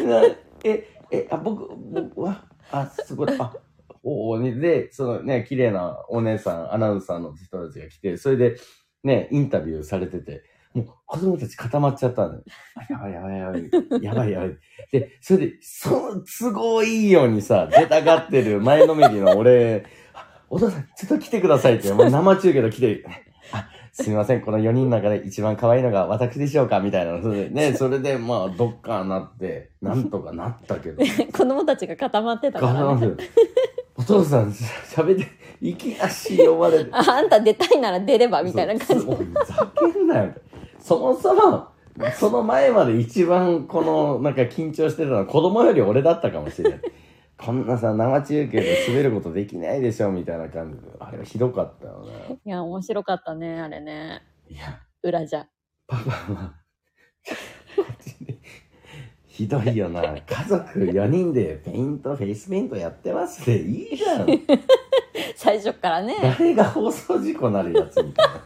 Speaker 2: なえ、え、あ、僕、僕は、あ、すごい、あ、お鬼で、そのね、綺麗なお姉さん、アナウンサーの人たちが来て、それで、ね、インタビューされてて、もう子供たち固まっちゃったのよ。あやばいやばいやばい。やばいやばい。で、それで、その都合いいようにさ、出たがってる前のめりの俺、あお父さん、ちょっと来てくださいって、もう生中継で来て、あ、すみません、この4人の中で一番可愛いのが私でしょうかみたいな。それで、ね、それで、まあ、どっかなって、なんとかなったけど。
Speaker 1: 子供たちが固まってたか
Speaker 2: ガラ
Speaker 1: ら、
Speaker 2: ン
Speaker 1: ね。
Speaker 2: フお父さん、しゃべって、息足呼ばれて。
Speaker 1: *laughs* ああんた出たいなら出ればみたいな感じ
Speaker 2: そうおいふざけんなよ。そもそも、その前まで一番この、なんか緊張してたのは子供より俺だったかもしれない。こんなさ、生中継で滑ることできないでしょ、みたいな感じで。あれはひどかったよね。
Speaker 1: いや、面白かったね、あれね。
Speaker 2: いや、
Speaker 1: 裏じゃ。
Speaker 2: パパは、ひどいよな。家族4人でペイント、フェイスペイントやってますでいいじゃん。
Speaker 1: 最初からね。
Speaker 2: 誰が放送事故なるやつみたいな。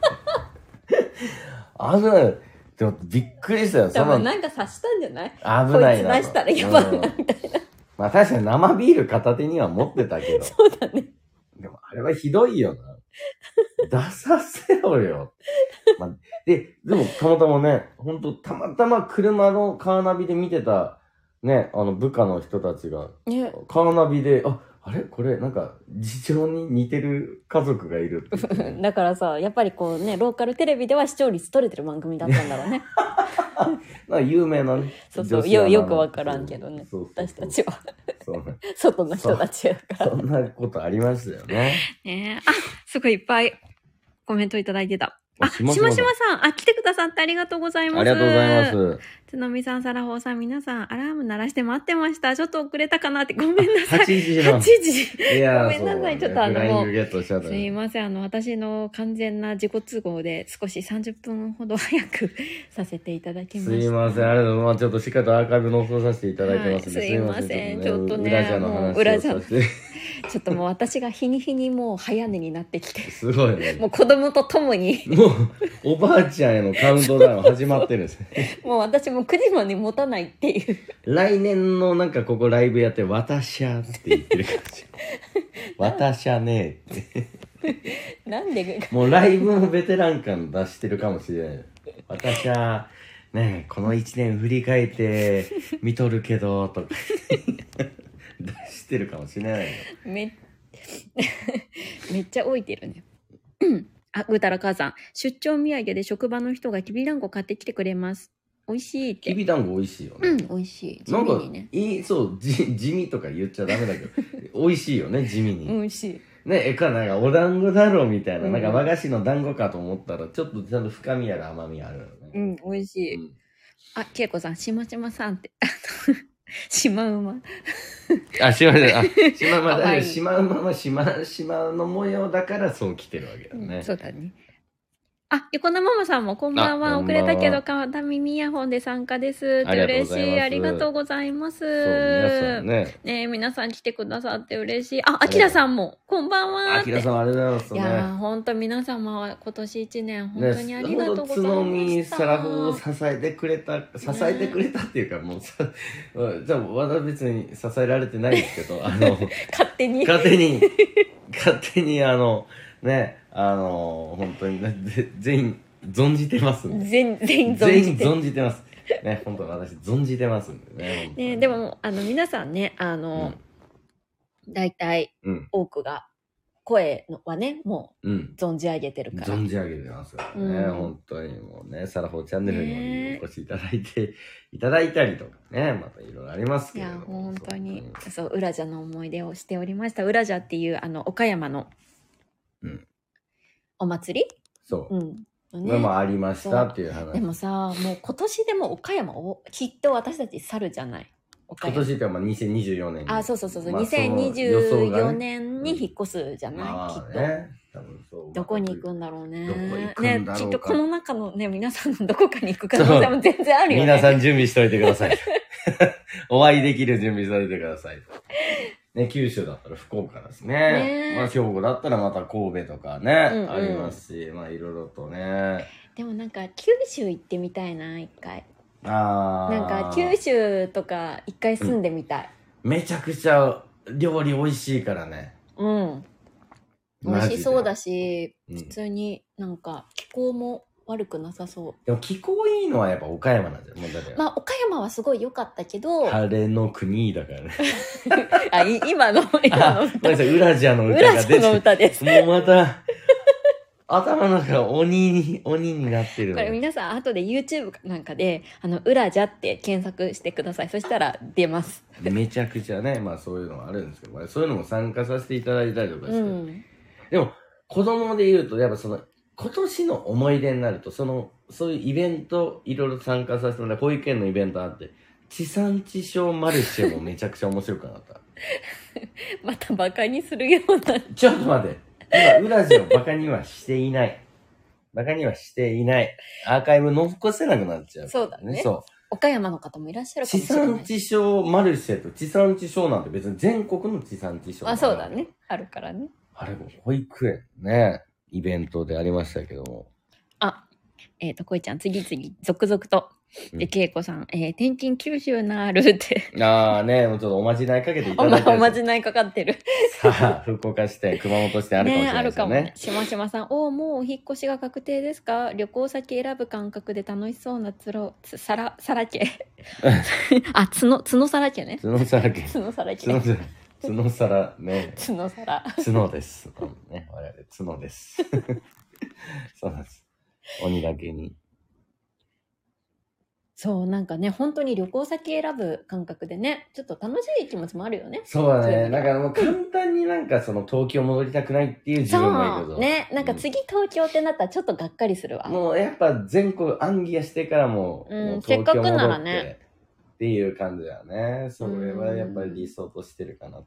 Speaker 2: あのね、でもびっくりしたよ。
Speaker 1: 多
Speaker 2: その
Speaker 1: 分なんか察したんじゃない
Speaker 2: 危な
Speaker 1: こ
Speaker 2: いなと。
Speaker 1: いつ出したらやばいな
Speaker 2: うんまあ確かに生ビール片手には持ってたけど。
Speaker 1: そうだね。
Speaker 2: でもあれはひどいよな。出させろよ。まあ、で、でもたまたまね、ほんとたまたま車のカーナビで見てた、ね、あの部下の人たちが、
Speaker 1: ね、
Speaker 2: カーナビで、あ、あれこれなんか事情に似てる家族がいるって言っ
Speaker 1: *laughs*
Speaker 2: てね、
Speaker 1: だからさ、やっぱりこうね、ローカルテレビでは視聴率取れてる番組だったんだろう
Speaker 2: *laughs*
Speaker 1: ね。
Speaker 2: なんか有名なね。
Speaker 1: そうそう
Speaker 2: 女子アナの
Speaker 1: よよくわからんけどね
Speaker 2: そうそう
Speaker 1: 私
Speaker 2: そう
Speaker 1: たちは。
Speaker 2: そうね
Speaker 1: 外の人たちだから。
Speaker 2: そんなことありましたよね。
Speaker 1: ねえあ、すごいいっぱいコメントいただいてた。あ、
Speaker 2: あ
Speaker 1: し
Speaker 2: し
Speaker 1: ま
Speaker 2: ま
Speaker 1: し
Speaker 2: し
Speaker 1: ま
Speaker 2: ま
Speaker 1: さん、あ、来てくださってありがとうございます。
Speaker 2: ありがとうござい
Speaker 1: す。
Speaker 2: ます。
Speaker 1: つのみさん、さらほうさん、皆さん、アラーム鳴らして待ってました。ちょっと遅れたかなって、ごめんなさい。
Speaker 2: 8時
Speaker 1: 8
Speaker 2: の。
Speaker 1: 時。
Speaker 2: いや
Speaker 1: ご
Speaker 2: ー
Speaker 1: めんなさい
Speaker 2: そ
Speaker 1: ち
Speaker 2: う
Speaker 1: ょっとあの
Speaker 2: フライングゲットしちゃった
Speaker 1: すい
Speaker 2: ね。
Speaker 1: ません。あの、私の完全な自己都合で少し30分ほど早くさせていただきました。
Speaker 2: すいません、ありがとうございます。ちょっとしっかりとアーカイブ残させていただいてますんで、
Speaker 1: はいすいません
Speaker 2: 裏
Speaker 1: ちょっとね
Speaker 2: 社の話
Speaker 1: もう裏
Speaker 2: を
Speaker 1: 社
Speaker 2: させて。
Speaker 1: ちょっともう私が日に日にもう早寝になってきて、
Speaker 2: *laughs* すごいね。
Speaker 1: もう子供と共に、
Speaker 2: もう、おばあちゃんへのカウントダウン始まってるんですね。
Speaker 1: もう私も9時まで持たないっていう。
Speaker 2: 来年のなんかここライブやって、私ゃって言ってる感
Speaker 1: *laughs*
Speaker 2: じ。私ゃねえって。
Speaker 1: なんで、
Speaker 2: もうライブのベテラン感出してるかもしれない。私は、ねえ、この一年振り返って、見とるけど、
Speaker 1: *laughs*
Speaker 2: とか。出してるかもしれないよ。
Speaker 1: め *laughs* めっちゃ老いてるね。うんあ、ぐーたら母さん。出張土産で職場の人がきびだんご買ってきてくれます。美味しいっ
Speaker 2: き
Speaker 1: て。
Speaker 2: びだんご美味しいよね。
Speaker 1: うん、美味しい。地
Speaker 2: なん
Speaker 1: 味
Speaker 2: か
Speaker 1: にね。
Speaker 2: いいそうじ地味とか言っちゃダメだけど *laughs* 美味しいよね地味に、
Speaker 1: 美味しい。
Speaker 2: ねえかなんかお団子だろうみたいな、
Speaker 1: うん
Speaker 2: なんか和菓子の団子かと思ったらちょっとちゃんと深みやら甘みあるよね、
Speaker 1: うん、美味しい。
Speaker 2: うん
Speaker 1: あ、けいこさん、しましまさんって。 *laughs* あの島馬。
Speaker 2: あし
Speaker 1: *laughs*
Speaker 2: まあしまま
Speaker 1: かわいい
Speaker 2: だしまうまましましまの模様だからそう来てるわけだね、
Speaker 1: そうだね。あ、横のママさんもこんばん
Speaker 2: あ
Speaker 1: は。
Speaker 2: こん
Speaker 1: 遅
Speaker 2: ばんは
Speaker 1: れたけど、片耳イヤホンで参加です。
Speaker 2: ありがとうご
Speaker 1: 嬉
Speaker 2: ざいます
Speaker 1: しい。ありがとうございます。
Speaker 2: そう皆さん
Speaker 1: ね
Speaker 2: ね
Speaker 1: え皆さん来てくださって嬉しい。あ、あきらさんも、こんばんは
Speaker 2: あ
Speaker 1: っ
Speaker 2: き
Speaker 1: て。
Speaker 2: らさんありがとうござ
Speaker 1: い
Speaker 2: い
Speaker 1: や
Speaker 2: ます
Speaker 1: ー、ほんと皆様は今年一年、本当にあ
Speaker 2: ね
Speaker 1: りがとうございました。
Speaker 2: 角にサラフを支えてくれた支えてくれたっていうか、もうさじゃあ私は別に支えられてないです
Speaker 1: *laughs*
Speaker 2: けどあの
Speaker 1: 勝手に。
Speaker 2: 勝手に勝手にあのねあの本当にねぜ全員存じてますん
Speaker 1: *laughs*
Speaker 2: で
Speaker 1: 全然存
Speaker 2: 全
Speaker 1: じ
Speaker 2: 員
Speaker 1: てる。
Speaker 2: 存じてますね本当私存じてますんでね本当に
Speaker 1: ね、でも、あの、皆さんね、あの、大体
Speaker 2: うん
Speaker 1: 多くが、声のはね、も
Speaker 2: うん
Speaker 1: う存じ上げてるから。
Speaker 2: 存じ上げてますよね、
Speaker 1: うん
Speaker 2: 本当にもうねサラホーチャンネル
Speaker 1: ね
Speaker 2: にお越しいただいていただいたりとかねまたいろいろあります
Speaker 1: い
Speaker 2: けれど
Speaker 1: や、
Speaker 2: も
Speaker 1: 本当に、そう、浦社の思い出をしておりました。浦社っていう、あの、岡山の
Speaker 2: うん、
Speaker 1: お祭り
Speaker 2: そう
Speaker 1: うん。の
Speaker 2: まあまあありましたっていう話。
Speaker 1: でもさ、もう今年でも岡山を、きっと私たち去るじゃない。岡
Speaker 2: 今
Speaker 1: 山。
Speaker 2: 年ってまあ2024年に。
Speaker 1: あ、そうそうそうそう、
Speaker 2: まあその予想
Speaker 1: 2024
Speaker 2: がね
Speaker 1: 年に引っ越すじゃない、き
Speaker 2: ま
Speaker 1: っ
Speaker 2: あ
Speaker 1: と。
Speaker 2: ね。多分そう
Speaker 1: どこに行くんだろうね。
Speaker 2: どこ行くんだろうか
Speaker 1: ね、きっとこの中のね、皆さんのどこかに行く可能性も全然あるよね。
Speaker 2: 皆さん準備しといてください。 *laughs* お会いできる準備しといてください。ね、九州だったら福岡ですね。
Speaker 1: ね
Speaker 2: まあ兵庫だったらまた神戸とかね、
Speaker 1: うんうん
Speaker 2: ありますし、まあいろいろとね。
Speaker 1: でもなんか、九州行ってみたいな、一回。
Speaker 2: あー
Speaker 1: なんか、九州とか一回住んでみたい。
Speaker 2: めちゃくちゃ料理美味しいからね。
Speaker 1: うん。美味しそうだ
Speaker 2: し。
Speaker 1: し、
Speaker 2: うん
Speaker 1: 普通になんか、気候も悪くなさそ
Speaker 2: でも気候いいのはやっぱ岡山なんじゃん。もうだって
Speaker 1: う。まあ、岡山はすごい良かったけど、
Speaker 2: 晴れの国だから
Speaker 1: *laughs*
Speaker 2: ね。
Speaker 1: あ、い今の、今の
Speaker 2: *laughs* あ、ごめんなさい、ウラジャの歌
Speaker 1: 浦
Speaker 2: が
Speaker 1: 島
Speaker 2: 出
Speaker 1: の
Speaker 2: て
Speaker 1: 歌
Speaker 2: *laughs*
Speaker 1: です。
Speaker 2: もうまた、頭の中が鬼に、鬼になってる
Speaker 1: こ
Speaker 2: の
Speaker 1: れ皆さん後で YouTube かなんかで「あの裏じゃ」って検索してくださいそしたら出ます
Speaker 2: めちゃくちゃね、まあそういうのはあるんですけど、まあそういうのも参加させていただいたりとかして、
Speaker 1: うん
Speaker 2: でも、子供で言うと、やっぱその、今年の思い出になると、その、そういうイベント、いろいろ参加させてもらって、保育園のイベントあって、地産地消マルシェもめちゃくちゃ面白くなった。 *laughs*
Speaker 1: またバカにするような
Speaker 2: ちょっと待って。今、ウラジをバカにはしていない。バカにはしていない。アーカイブ残せなくなっちゃう、
Speaker 1: そうだね
Speaker 2: そ
Speaker 1: 岡山の方もいらっしゃる
Speaker 2: う。
Speaker 1: か
Speaker 2: 地
Speaker 1: もしれな
Speaker 2: 産
Speaker 1: い
Speaker 2: 地消マルシェと地産地消なんて別に全国の地産地消。
Speaker 1: まあそうだね。あるからね
Speaker 2: あれも保育園ね、イベントでありましたけども。
Speaker 1: あえっ、と、こいちゃん、次々、続々と。
Speaker 2: う
Speaker 1: で、
Speaker 2: ん
Speaker 1: けいこさん、えー、転勤九州なーるって、
Speaker 2: ああね、もうちょっとおまじないかけてい
Speaker 1: お
Speaker 2: ただ
Speaker 1: ま
Speaker 2: いて。
Speaker 1: *laughs* おまじないかかってる。
Speaker 2: さあ、福岡支店、熊本支店あるかもしれないですよね。
Speaker 1: ねしましまさん、おお、もうお引っ越しが確定ですか旅行先選ぶ感覚で楽しそうなつろ、つさら、さら
Speaker 2: *laughs*
Speaker 1: け。あ、つの、つのさらけね。
Speaker 2: 角さらけ。
Speaker 1: つのさら
Speaker 2: 角
Speaker 1: け。
Speaker 2: さら、角さらね。
Speaker 1: つのさら。
Speaker 2: 角です。うんね、我々、角です。 *laughs* そうなんです。鬼だけに。
Speaker 1: そう、なんかね、本当に旅行先選ぶ感覚でね、ちょっと楽しい気持ちもあるよね。
Speaker 2: そうだ
Speaker 1: そう
Speaker 2: ね。
Speaker 1: だね
Speaker 2: だからもう簡単になんかその東京戻りたくないっていう自分もいるけ
Speaker 1: そう。
Speaker 2: ど。
Speaker 1: ね、なんか次東京ってなったらちょっとがっかりするわ。
Speaker 2: もうやっぱ全国暗記してからも、
Speaker 1: うん
Speaker 2: もう
Speaker 1: せっかくならね
Speaker 2: 東京戻ってっていう感じだよね。それはやっぱり理想としてるかなと。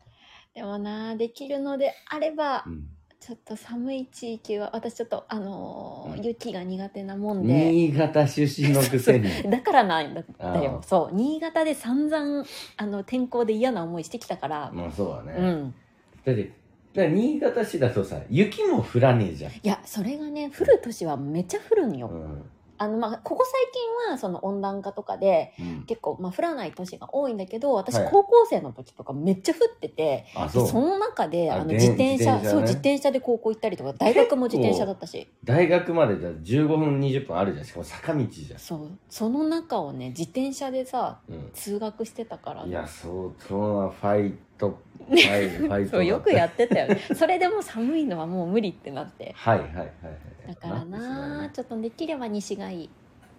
Speaker 1: でもな、できるのであれば
Speaker 2: う、ん
Speaker 1: ちょっと寒い地域は、私ちょっと、あのー
Speaker 2: うん
Speaker 1: 雪が苦手なもんで、
Speaker 2: 新潟出身のくせに。
Speaker 1: だからなんだ
Speaker 2: あ
Speaker 1: よ
Speaker 2: ー。
Speaker 1: そう、新潟で散々、あの、天候で嫌な思いしてきたから、
Speaker 2: まあそうだ
Speaker 1: う
Speaker 2: ね。
Speaker 1: ん。
Speaker 2: だって、だから新潟市だとさ、雪も降らねえじゃん。
Speaker 1: いや、それがね、降る年はめっちゃ降るんよ。
Speaker 2: うん
Speaker 1: あの、まあ、ここ最近は、その温暖化とかで、
Speaker 2: うん
Speaker 1: 結構、まあ、降らない年が多いんだけど私
Speaker 2: はい
Speaker 1: 高校生の時とかめっちゃ降ってて、
Speaker 2: あ、
Speaker 1: で
Speaker 2: そ。
Speaker 1: そうの中で
Speaker 2: あ
Speaker 1: あの
Speaker 2: で
Speaker 1: 自転車
Speaker 2: 自転車ね
Speaker 1: そう自転車で高校行ったりとか大学も自転車だったし
Speaker 2: 大学までじゃ15分、20分あるじゃん。しかも坂道じゃん。
Speaker 1: そうその中をね自転車でさ
Speaker 2: うん
Speaker 1: 通学してたから
Speaker 2: いや、相当なファイト、フ
Speaker 1: ね
Speaker 2: ァイ
Speaker 1: *laughs*
Speaker 2: ファイトだった。
Speaker 1: そうよくやってたよ *laughs* ねそれでも寒いのはもう無理ってなって
Speaker 2: はいはいはいはい。
Speaker 1: だからな
Speaker 2: っ
Speaker 1: あちょっとできれば西がいい、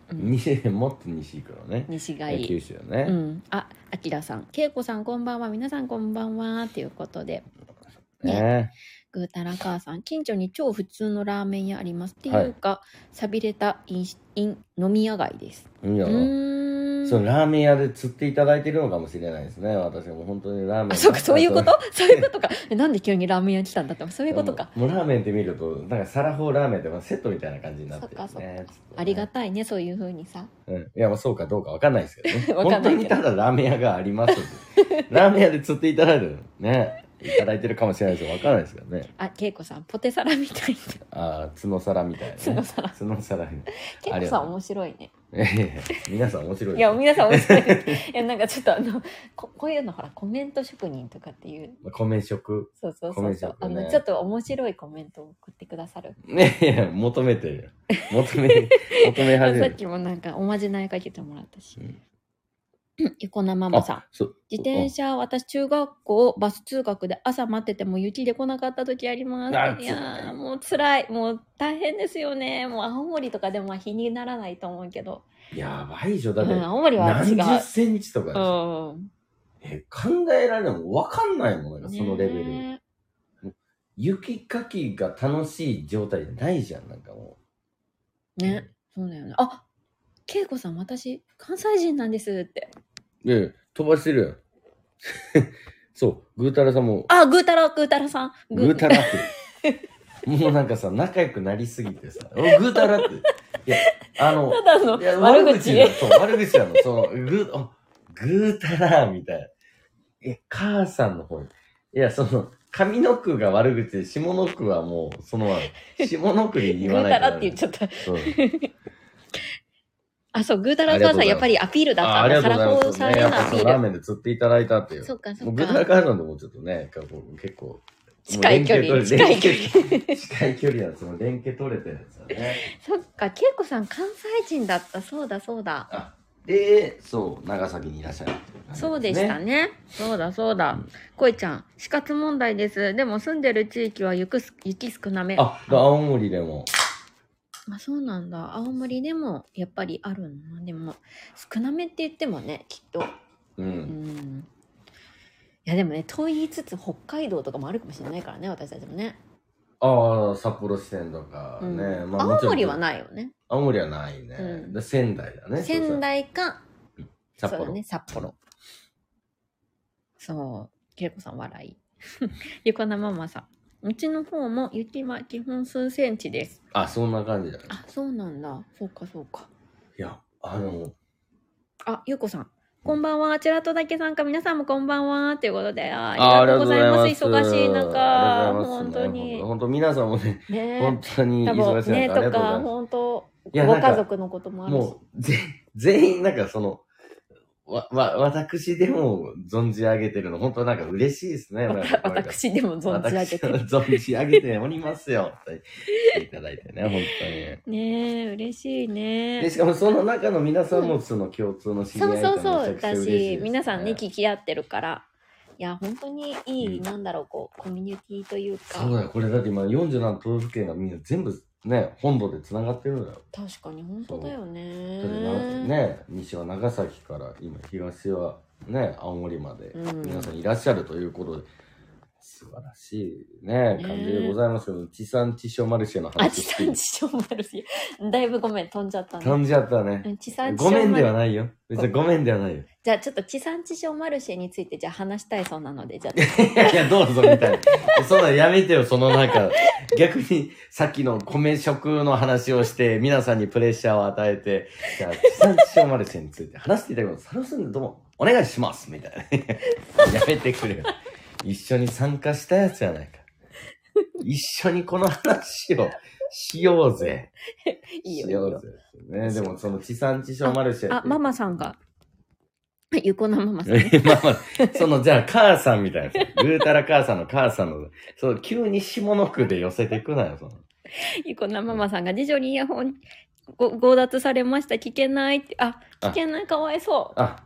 Speaker 1: う
Speaker 2: て
Speaker 1: ん、
Speaker 2: しまうよねにもっと西行くのね。
Speaker 1: 西がいい
Speaker 2: 九州ね。
Speaker 1: うん、あ、あきらさん、けいこさん、こんばんは、皆さん、こんばんは、ということで。
Speaker 2: ね
Speaker 1: ぐーたら母さん、近所に超普通のラーメン屋あります。って
Speaker 2: はい
Speaker 1: いうか、寂れた飲し飲飲み屋街です。
Speaker 2: いいよ
Speaker 1: うーん。
Speaker 2: そのラーメン屋で釣っていただいてるのかもしれないですね。私はもう本当にラーメン。
Speaker 1: あ、そうか、そういうことそういうことか。えなんで急にラーメン屋来たんだって、そう
Speaker 2: そ
Speaker 1: いううことか。。
Speaker 2: もうラーメンって見ると、なんかサラホーラーメンってまあセットみたいな感じになってる
Speaker 1: そっかそっ
Speaker 2: ね。
Speaker 1: ありが
Speaker 2: と
Speaker 1: たいね、そういうふうにさ。
Speaker 2: うん。いや、まあそうかどうかわかんないですけどね。
Speaker 1: *laughs* わか
Speaker 2: 本
Speaker 1: んな
Speaker 2: 当
Speaker 1: いけ
Speaker 2: に
Speaker 1: ど
Speaker 2: ただラーメン屋がありますって。ラーメン屋で釣っていただいてる。ね。いただいてるかもしれないですよ。わかんないですけどね。
Speaker 1: あ、けいこさん、ポテサラみたいな。
Speaker 2: *laughs* ああ、角皿みたいな、ね。
Speaker 1: 角皿。
Speaker 2: 角皿みたい
Speaker 1: け
Speaker 2: あ
Speaker 1: い
Speaker 2: り
Speaker 1: こさ、
Speaker 2: がとうん
Speaker 1: 面白いね。
Speaker 2: な。いやいや皆さん面白いですね。
Speaker 1: いや、皆さん面白い *laughs* です。いや、なんかちょっとあの、ここういうのほら、コメント職人とかっていう。
Speaker 2: 米食。
Speaker 1: そうそうそ
Speaker 2: コメン
Speaker 1: う
Speaker 2: ト
Speaker 1: そう、
Speaker 2: 職
Speaker 1: あ
Speaker 2: ね
Speaker 1: の、ちょっと面白いコメントを送ってくださる。
Speaker 2: ねいや、求めてるよ。求め、求め
Speaker 1: *laughs* さ
Speaker 2: 始め
Speaker 1: っ
Speaker 2: る。
Speaker 1: きもなんかおまじないかけてもらったし
Speaker 2: うん。
Speaker 1: 横なママさん。
Speaker 2: そう
Speaker 1: 自転車、私、中学校、バス通学で朝待ってても雪で来なかった時ありま
Speaker 2: あ
Speaker 1: す。いや
Speaker 2: 辛
Speaker 1: ー、
Speaker 2: い
Speaker 1: もう辛い。もう大変ですよね。もう青森とかでも日にならないと思うけど。
Speaker 2: やばいでしょ、だ
Speaker 1: う
Speaker 2: って。
Speaker 1: ん、青森は
Speaker 2: 何
Speaker 1: 違う。
Speaker 2: 十センチとかでしょ、
Speaker 1: うん。
Speaker 2: え考えられないもんわかんないもんね、そのレベル。
Speaker 1: ね
Speaker 2: 雪かきが楽しい状態じゃないじゃん、なんかも
Speaker 1: え。
Speaker 2: う。
Speaker 1: ね、そうだよね。あ恵子さん、私、関西人なんですって。
Speaker 2: うん。ね飛ばしてるよ。 *laughs* そう、ぐーたらさんも、
Speaker 1: あ、ぐーたら、ぐーたらさん。
Speaker 2: ぐーたらって。もうなんかさ、仲良くなりすぎてさ、おぐーたらって。いや、
Speaker 1: *laughs*
Speaker 2: あの、
Speaker 1: ただの
Speaker 2: いや
Speaker 1: 悪
Speaker 2: 悪
Speaker 1: 口
Speaker 2: 口なのそう悪口なのそのぐあぐーたらーみたいなえ母さんの方にいやその上の句が悪口で下の句はもうそのまま下の句で
Speaker 1: ぐ
Speaker 2: 言わ
Speaker 1: ー
Speaker 2: ない
Speaker 1: たらって言っちゃった。
Speaker 2: そう
Speaker 1: あ、そう、ぐーたら母さ
Speaker 2: あ
Speaker 1: ん、
Speaker 2: り
Speaker 1: や
Speaker 2: が
Speaker 1: っ
Speaker 2: とうございます
Speaker 1: ぱりアピールだっ
Speaker 2: あ
Speaker 1: た
Speaker 2: あ
Speaker 1: ん
Speaker 2: り
Speaker 1: だ。
Speaker 2: が
Speaker 1: サ
Speaker 2: とう
Speaker 1: ラ
Speaker 2: ござい
Speaker 1: コ
Speaker 2: ま
Speaker 1: ーさんへの
Speaker 2: す、ね、やっぱ
Speaker 1: ア
Speaker 2: そ
Speaker 1: ピ
Speaker 2: のラー
Speaker 1: ー
Speaker 2: メンで釣っていただいたってい
Speaker 1: ル。
Speaker 2: う
Speaker 1: そっか、そ
Speaker 2: も
Speaker 1: っ
Speaker 2: うぐーた。
Speaker 1: から
Speaker 2: 母さんでもちょっとねこう結構
Speaker 1: 近い距離
Speaker 2: もう連携
Speaker 1: 近い距
Speaker 2: 取れ連携近い距離なんですもう連携取れてるんですよね
Speaker 1: そっか、恵子さん、関西人だった。そうだ、そうだ。
Speaker 2: あでそう長崎にいらっしゃるってい感じですね
Speaker 1: そうでしたね。そうだ、そうだ
Speaker 2: うん。
Speaker 1: こいちゃん、死活問題です。でも、住んでる地域は雪す雪少なめ。
Speaker 2: あだ青森でも
Speaker 1: まあ、そうなんだ。青森でも、やっぱりあるの。でも、少なめって言ってもね、きっと。
Speaker 2: う
Speaker 1: うんん。いや、でもね、と言いつつ、北海道とかもあるかもしれないからね、私たちもね。
Speaker 2: ああ、札幌支店とか
Speaker 1: う
Speaker 2: ね。
Speaker 1: ん
Speaker 2: まあ、
Speaker 1: 青森は
Speaker 2: ない。
Speaker 1: ないよね。
Speaker 2: 青森はないね。
Speaker 1: うん
Speaker 2: で仙台だね。
Speaker 1: 仙台か、そ
Speaker 2: そう
Speaker 1: う
Speaker 2: そう、札
Speaker 1: だ
Speaker 2: 幌。
Speaker 1: ね、札幌。そう、けいこさん笑い。 *laughs* 横なママさん。うちの方も雪は基本数センチです。
Speaker 2: あ、そんな感じだね。
Speaker 1: あ、そうなんだ。そうか、そうか。
Speaker 2: いや、あの、
Speaker 1: あ、ゆうこさん。こんばんは。ちらっとだけさんか、皆さんもこんばんは。ということで、あ
Speaker 2: あ
Speaker 1: ありがとうございます。
Speaker 2: ありがとうござい
Speaker 1: 忙しい中、
Speaker 2: ありがとうございます
Speaker 1: 本当に
Speaker 2: 本。当、皆さんもね、
Speaker 1: ね
Speaker 2: 本当に
Speaker 1: 多
Speaker 2: 忙
Speaker 1: 分
Speaker 2: しい中、あ
Speaker 1: ね
Speaker 2: りがとう
Speaker 1: と
Speaker 2: ござ
Speaker 1: か
Speaker 2: います。
Speaker 1: 本当
Speaker 2: いや
Speaker 1: ご
Speaker 2: なんか
Speaker 1: 家族のこともあるし
Speaker 2: もう、ぜ、 *laughs* 全員なんかその、わ、わ、私でも存じ上げてるの、本当なんか嬉しいですね。なんかこういうの
Speaker 1: 私でも存じ上げてる
Speaker 2: 私を存じ上げておりますよって言っていただいてね、本当
Speaker 1: ねえ嬉しい
Speaker 2: に。で、
Speaker 1: ね
Speaker 2: しかもその中の皆さんもその共通の知り合
Speaker 1: そ
Speaker 2: いうだ
Speaker 1: そうそうだし皆さんね
Speaker 2: き
Speaker 1: 聞き合ってるからいや本当にいい、
Speaker 2: うん
Speaker 1: なんだろうこうコミュニティというか
Speaker 2: そうだよ、これだって今47都道府県がみんな全部ね、本土で繋がってるのよ。
Speaker 1: 確かに本当だよ
Speaker 2: だってな
Speaker 1: ね
Speaker 2: ね、西は長崎から今東はね、青森まで
Speaker 1: うん
Speaker 2: 皆さんいらっしゃるということで、素晴らしいね、感じでございますけど、地産地消マルシェの
Speaker 1: あ
Speaker 2: 話
Speaker 1: 地
Speaker 2: して
Speaker 1: 産地消もあるしだいぶごめん飛んじゃったね
Speaker 2: 感じちゃったね。
Speaker 1: うん地産地
Speaker 2: ごめ
Speaker 1: 消
Speaker 2: ん
Speaker 1: マ
Speaker 2: では
Speaker 1: ル
Speaker 2: ないよ。別にごめんではないよ。
Speaker 1: じゃあちょっと地産地消マルシェについてじゃあ話したいそうなのでじゃあ
Speaker 2: いやいや、どうぞみたいな。 *laughs* そんなんやめてよ、そのなんか。逆に、さっきの米食の話をして、皆さんにプレッシャーを与えて、じゃあ、地産地消マルシェについて話していただきます。サルスンでどうも、お願いしますみたいな。やめてくれよ。一緒に参加したやつやないか。一緒にこの話をしようぜ。
Speaker 1: いいよ
Speaker 2: し
Speaker 1: いい
Speaker 2: よ
Speaker 1: よ
Speaker 2: うぜ。ね、でもその地産地消マルシェ。
Speaker 1: あママさんが *laughs* ゆこのママさんね
Speaker 2: え *laughs* まあまあ、その、じゃあ、母さんみたいなやつ。ぐうたら母さんの母さんの、そう、急に下の句で寄せてくなよ、その。
Speaker 1: ゆこなママさんが次女にイヤホンご強奪されました聞けないってあ
Speaker 2: あ
Speaker 1: 聞けないかわいそう
Speaker 2: あ、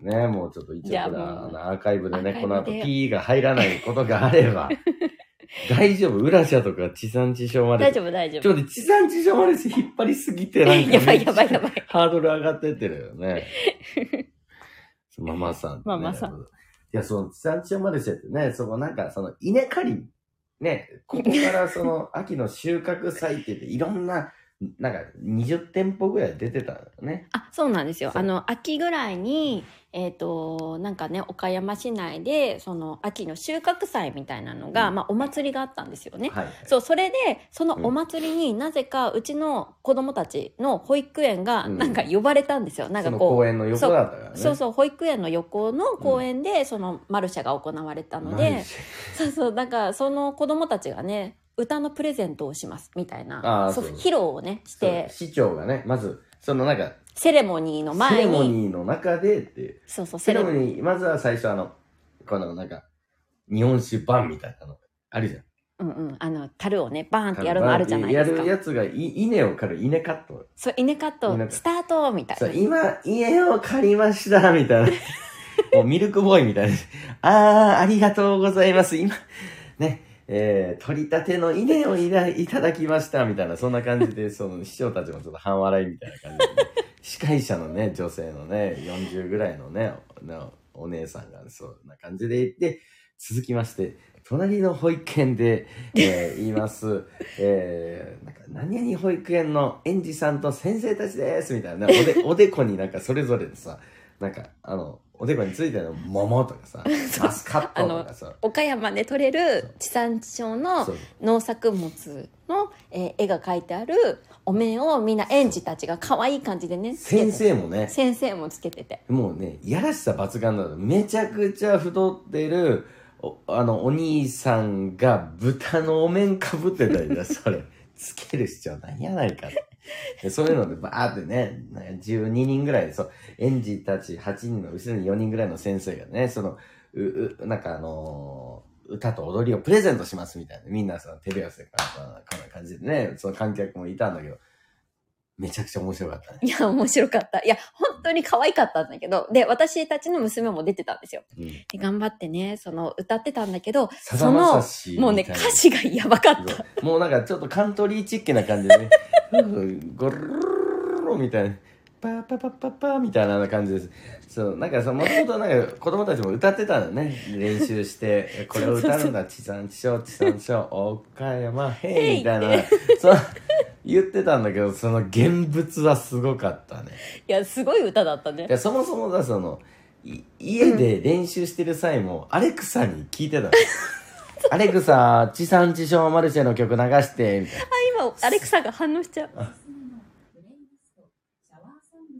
Speaker 2: ねもうちょっと一
Speaker 1: じ
Speaker 2: 応
Speaker 1: ゃあ
Speaker 2: これは
Speaker 1: もう
Speaker 2: あのアーカイブで
Speaker 1: アー
Speaker 2: ね、
Speaker 1: カイブで
Speaker 2: この後 P が入らないことがあ
Speaker 1: *laughs*
Speaker 2: れば、大丈夫、裏社とか地産地消まで。
Speaker 1: 大丈
Speaker 2: 夫。
Speaker 1: 夫大丈
Speaker 2: ちょ
Speaker 1: 夫
Speaker 2: っと地産地消まで引っ張りすぎて、なんか。
Speaker 1: やばいやばいやばい。
Speaker 2: ハードル上がってってるよね。ママさん、ね。
Speaker 1: ママさん。
Speaker 2: いや、その、地産地消マルシェってね、そこなんか、その、稲刈り、ね、ここからその、秋の収穫祭って言って、いろんな、なんか、20店舗ぐらい出てたよね。
Speaker 1: あそうなんですよ
Speaker 2: そう
Speaker 1: あの秋ぐらいにえっ、となんかね岡山市内でその秋の収穫祭みたいなのが、
Speaker 2: うん
Speaker 1: まあ、お祭りがあったんですよね、
Speaker 2: はい。
Speaker 1: そうそれでそのお祭りになぜかうちの子供たちの保育園が
Speaker 2: うん
Speaker 1: なんか呼ばれたんですよ、なん
Speaker 2: そ
Speaker 1: か
Speaker 2: の
Speaker 1: こう
Speaker 2: 公園の横だったからね。
Speaker 1: そうそう保育園の横の公園でそのマルシェが行われたので、
Speaker 2: マルシ
Speaker 1: そうそうなんかその子供たちがね歌のプレゼントをしますみたい
Speaker 2: あ
Speaker 1: な
Speaker 2: ー
Speaker 1: そう
Speaker 2: そう
Speaker 1: 披露をねし
Speaker 2: ェ
Speaker 1: て
Speaker 2: そう市長がね、まず、そのなんか、
Speaker 1: セレモニーの
Speaker 2: セレ
Speaker 1: 前
Speaker 2: モ
Speaker 1: に
Speaker 2: ニーの中でっていう。
Speaker 1: そうそう
Speaker 2: セ
Speaker 1: セ
Speaker 2: レ
Speaker 1: レ
Speaker 2: モニー、まずは最初あの、このなんか、日本酒版みたいなの、あるじゃ
Speaker 1: う
Speaker 2: ん。
Speaker 1: んうんあの樽をねバーンってやるのあるじゃないです
Speaker 2: や
Speaker 1: か
Speaker 2: るやつがい稲を刈る稲カット
Speaker 1: そう稲カット
Speaker 2: 稲カット
Speaker 1: スタートみたい
Speaker 2: さ
Speaker 1: な
Speaker 2: 今家を借りました
Speaker 1: *laughs*
Speaker 2: みたいなもうミルクボーイみたいなああありがとうございます今ねえー、取り立ての稲をいたいただきましたみたいなそんな感じ
Speaker 1: *laughs*
Speaker 2: でその師匠たちもちょっと半笑いみたいな感じで、司会者のね女性のね40ぐらいのねおお姉さんがそんな感じで言って続きまして隣の保育園で、えー言います、えー、なんか何々保育園の園児さんと先生たちですみたいなおでおでこになんかそれぞれのさなんかあのおでこについてる桃とかさマスカットとかさ
Speaker 1: 岡山で採れる地産地消の
Speaker 2: そう
Speaker 1: 農作物の、えー絵が描いてあるお面をみんな園児たちが可愛い感じでねつけて
Speaker 2: 先生もね
Speaker 1: 先生もつけてて
Speaker 2: もうねいやらしさ抜群なのめちゃくちゃ太ってるおあのお兄さんが豚のお面かぶってたりだ
Speaker 1: *laughs*
Speaker 2: それつける必要ないやないかでそういうのでバーってねなんか12人ぐらいそう園児たち8人の後ろに4人ぐらいの先生がねそのううなんかあのー歌と踊りをプレゼントしますみたいなみんなその手拍子でこんなこんな感じでねその観客もいたんだけどめちゃくちゃ面白かったね、
Speaker 1: いや面白かったいや本当に可愛かったんだけどで私たちの娘も出てたんですよ
Speaker 2: うん、
Speaker 1: で頑張ってねその歌ってたんだけど
Speaker 2: さ
Speaker 1: そ
Speaker 2: だま
Speaker 1: の
Speaker 2: さし
Speaker 1: もうね
Speaker 2: みたい
Speaker 1: 歌
Speaker 2: な
Speaker 1: 詞がやばかった
Speaker 2: もうなんかちょっとカントリーチックな感じでねゴロロロみたいなパーパパパパーみたいな感じですそうなんかさもともとなんか子供たちも歌ってたんだよね練習してこれを歌うんだ地産地消地産地消岡山へいみたいなそう言ってたんだけどその現物はすごかったね
Speaker 1: いやすごい歌だったね
Speaker 2: いやそもそもだそのい家で練習してる際も、アレクサに聞いてた *laughs* のアレクサ地産地消マルシェの曲流してみたいな
Speaker 1: 今アレクサが反応しちゃう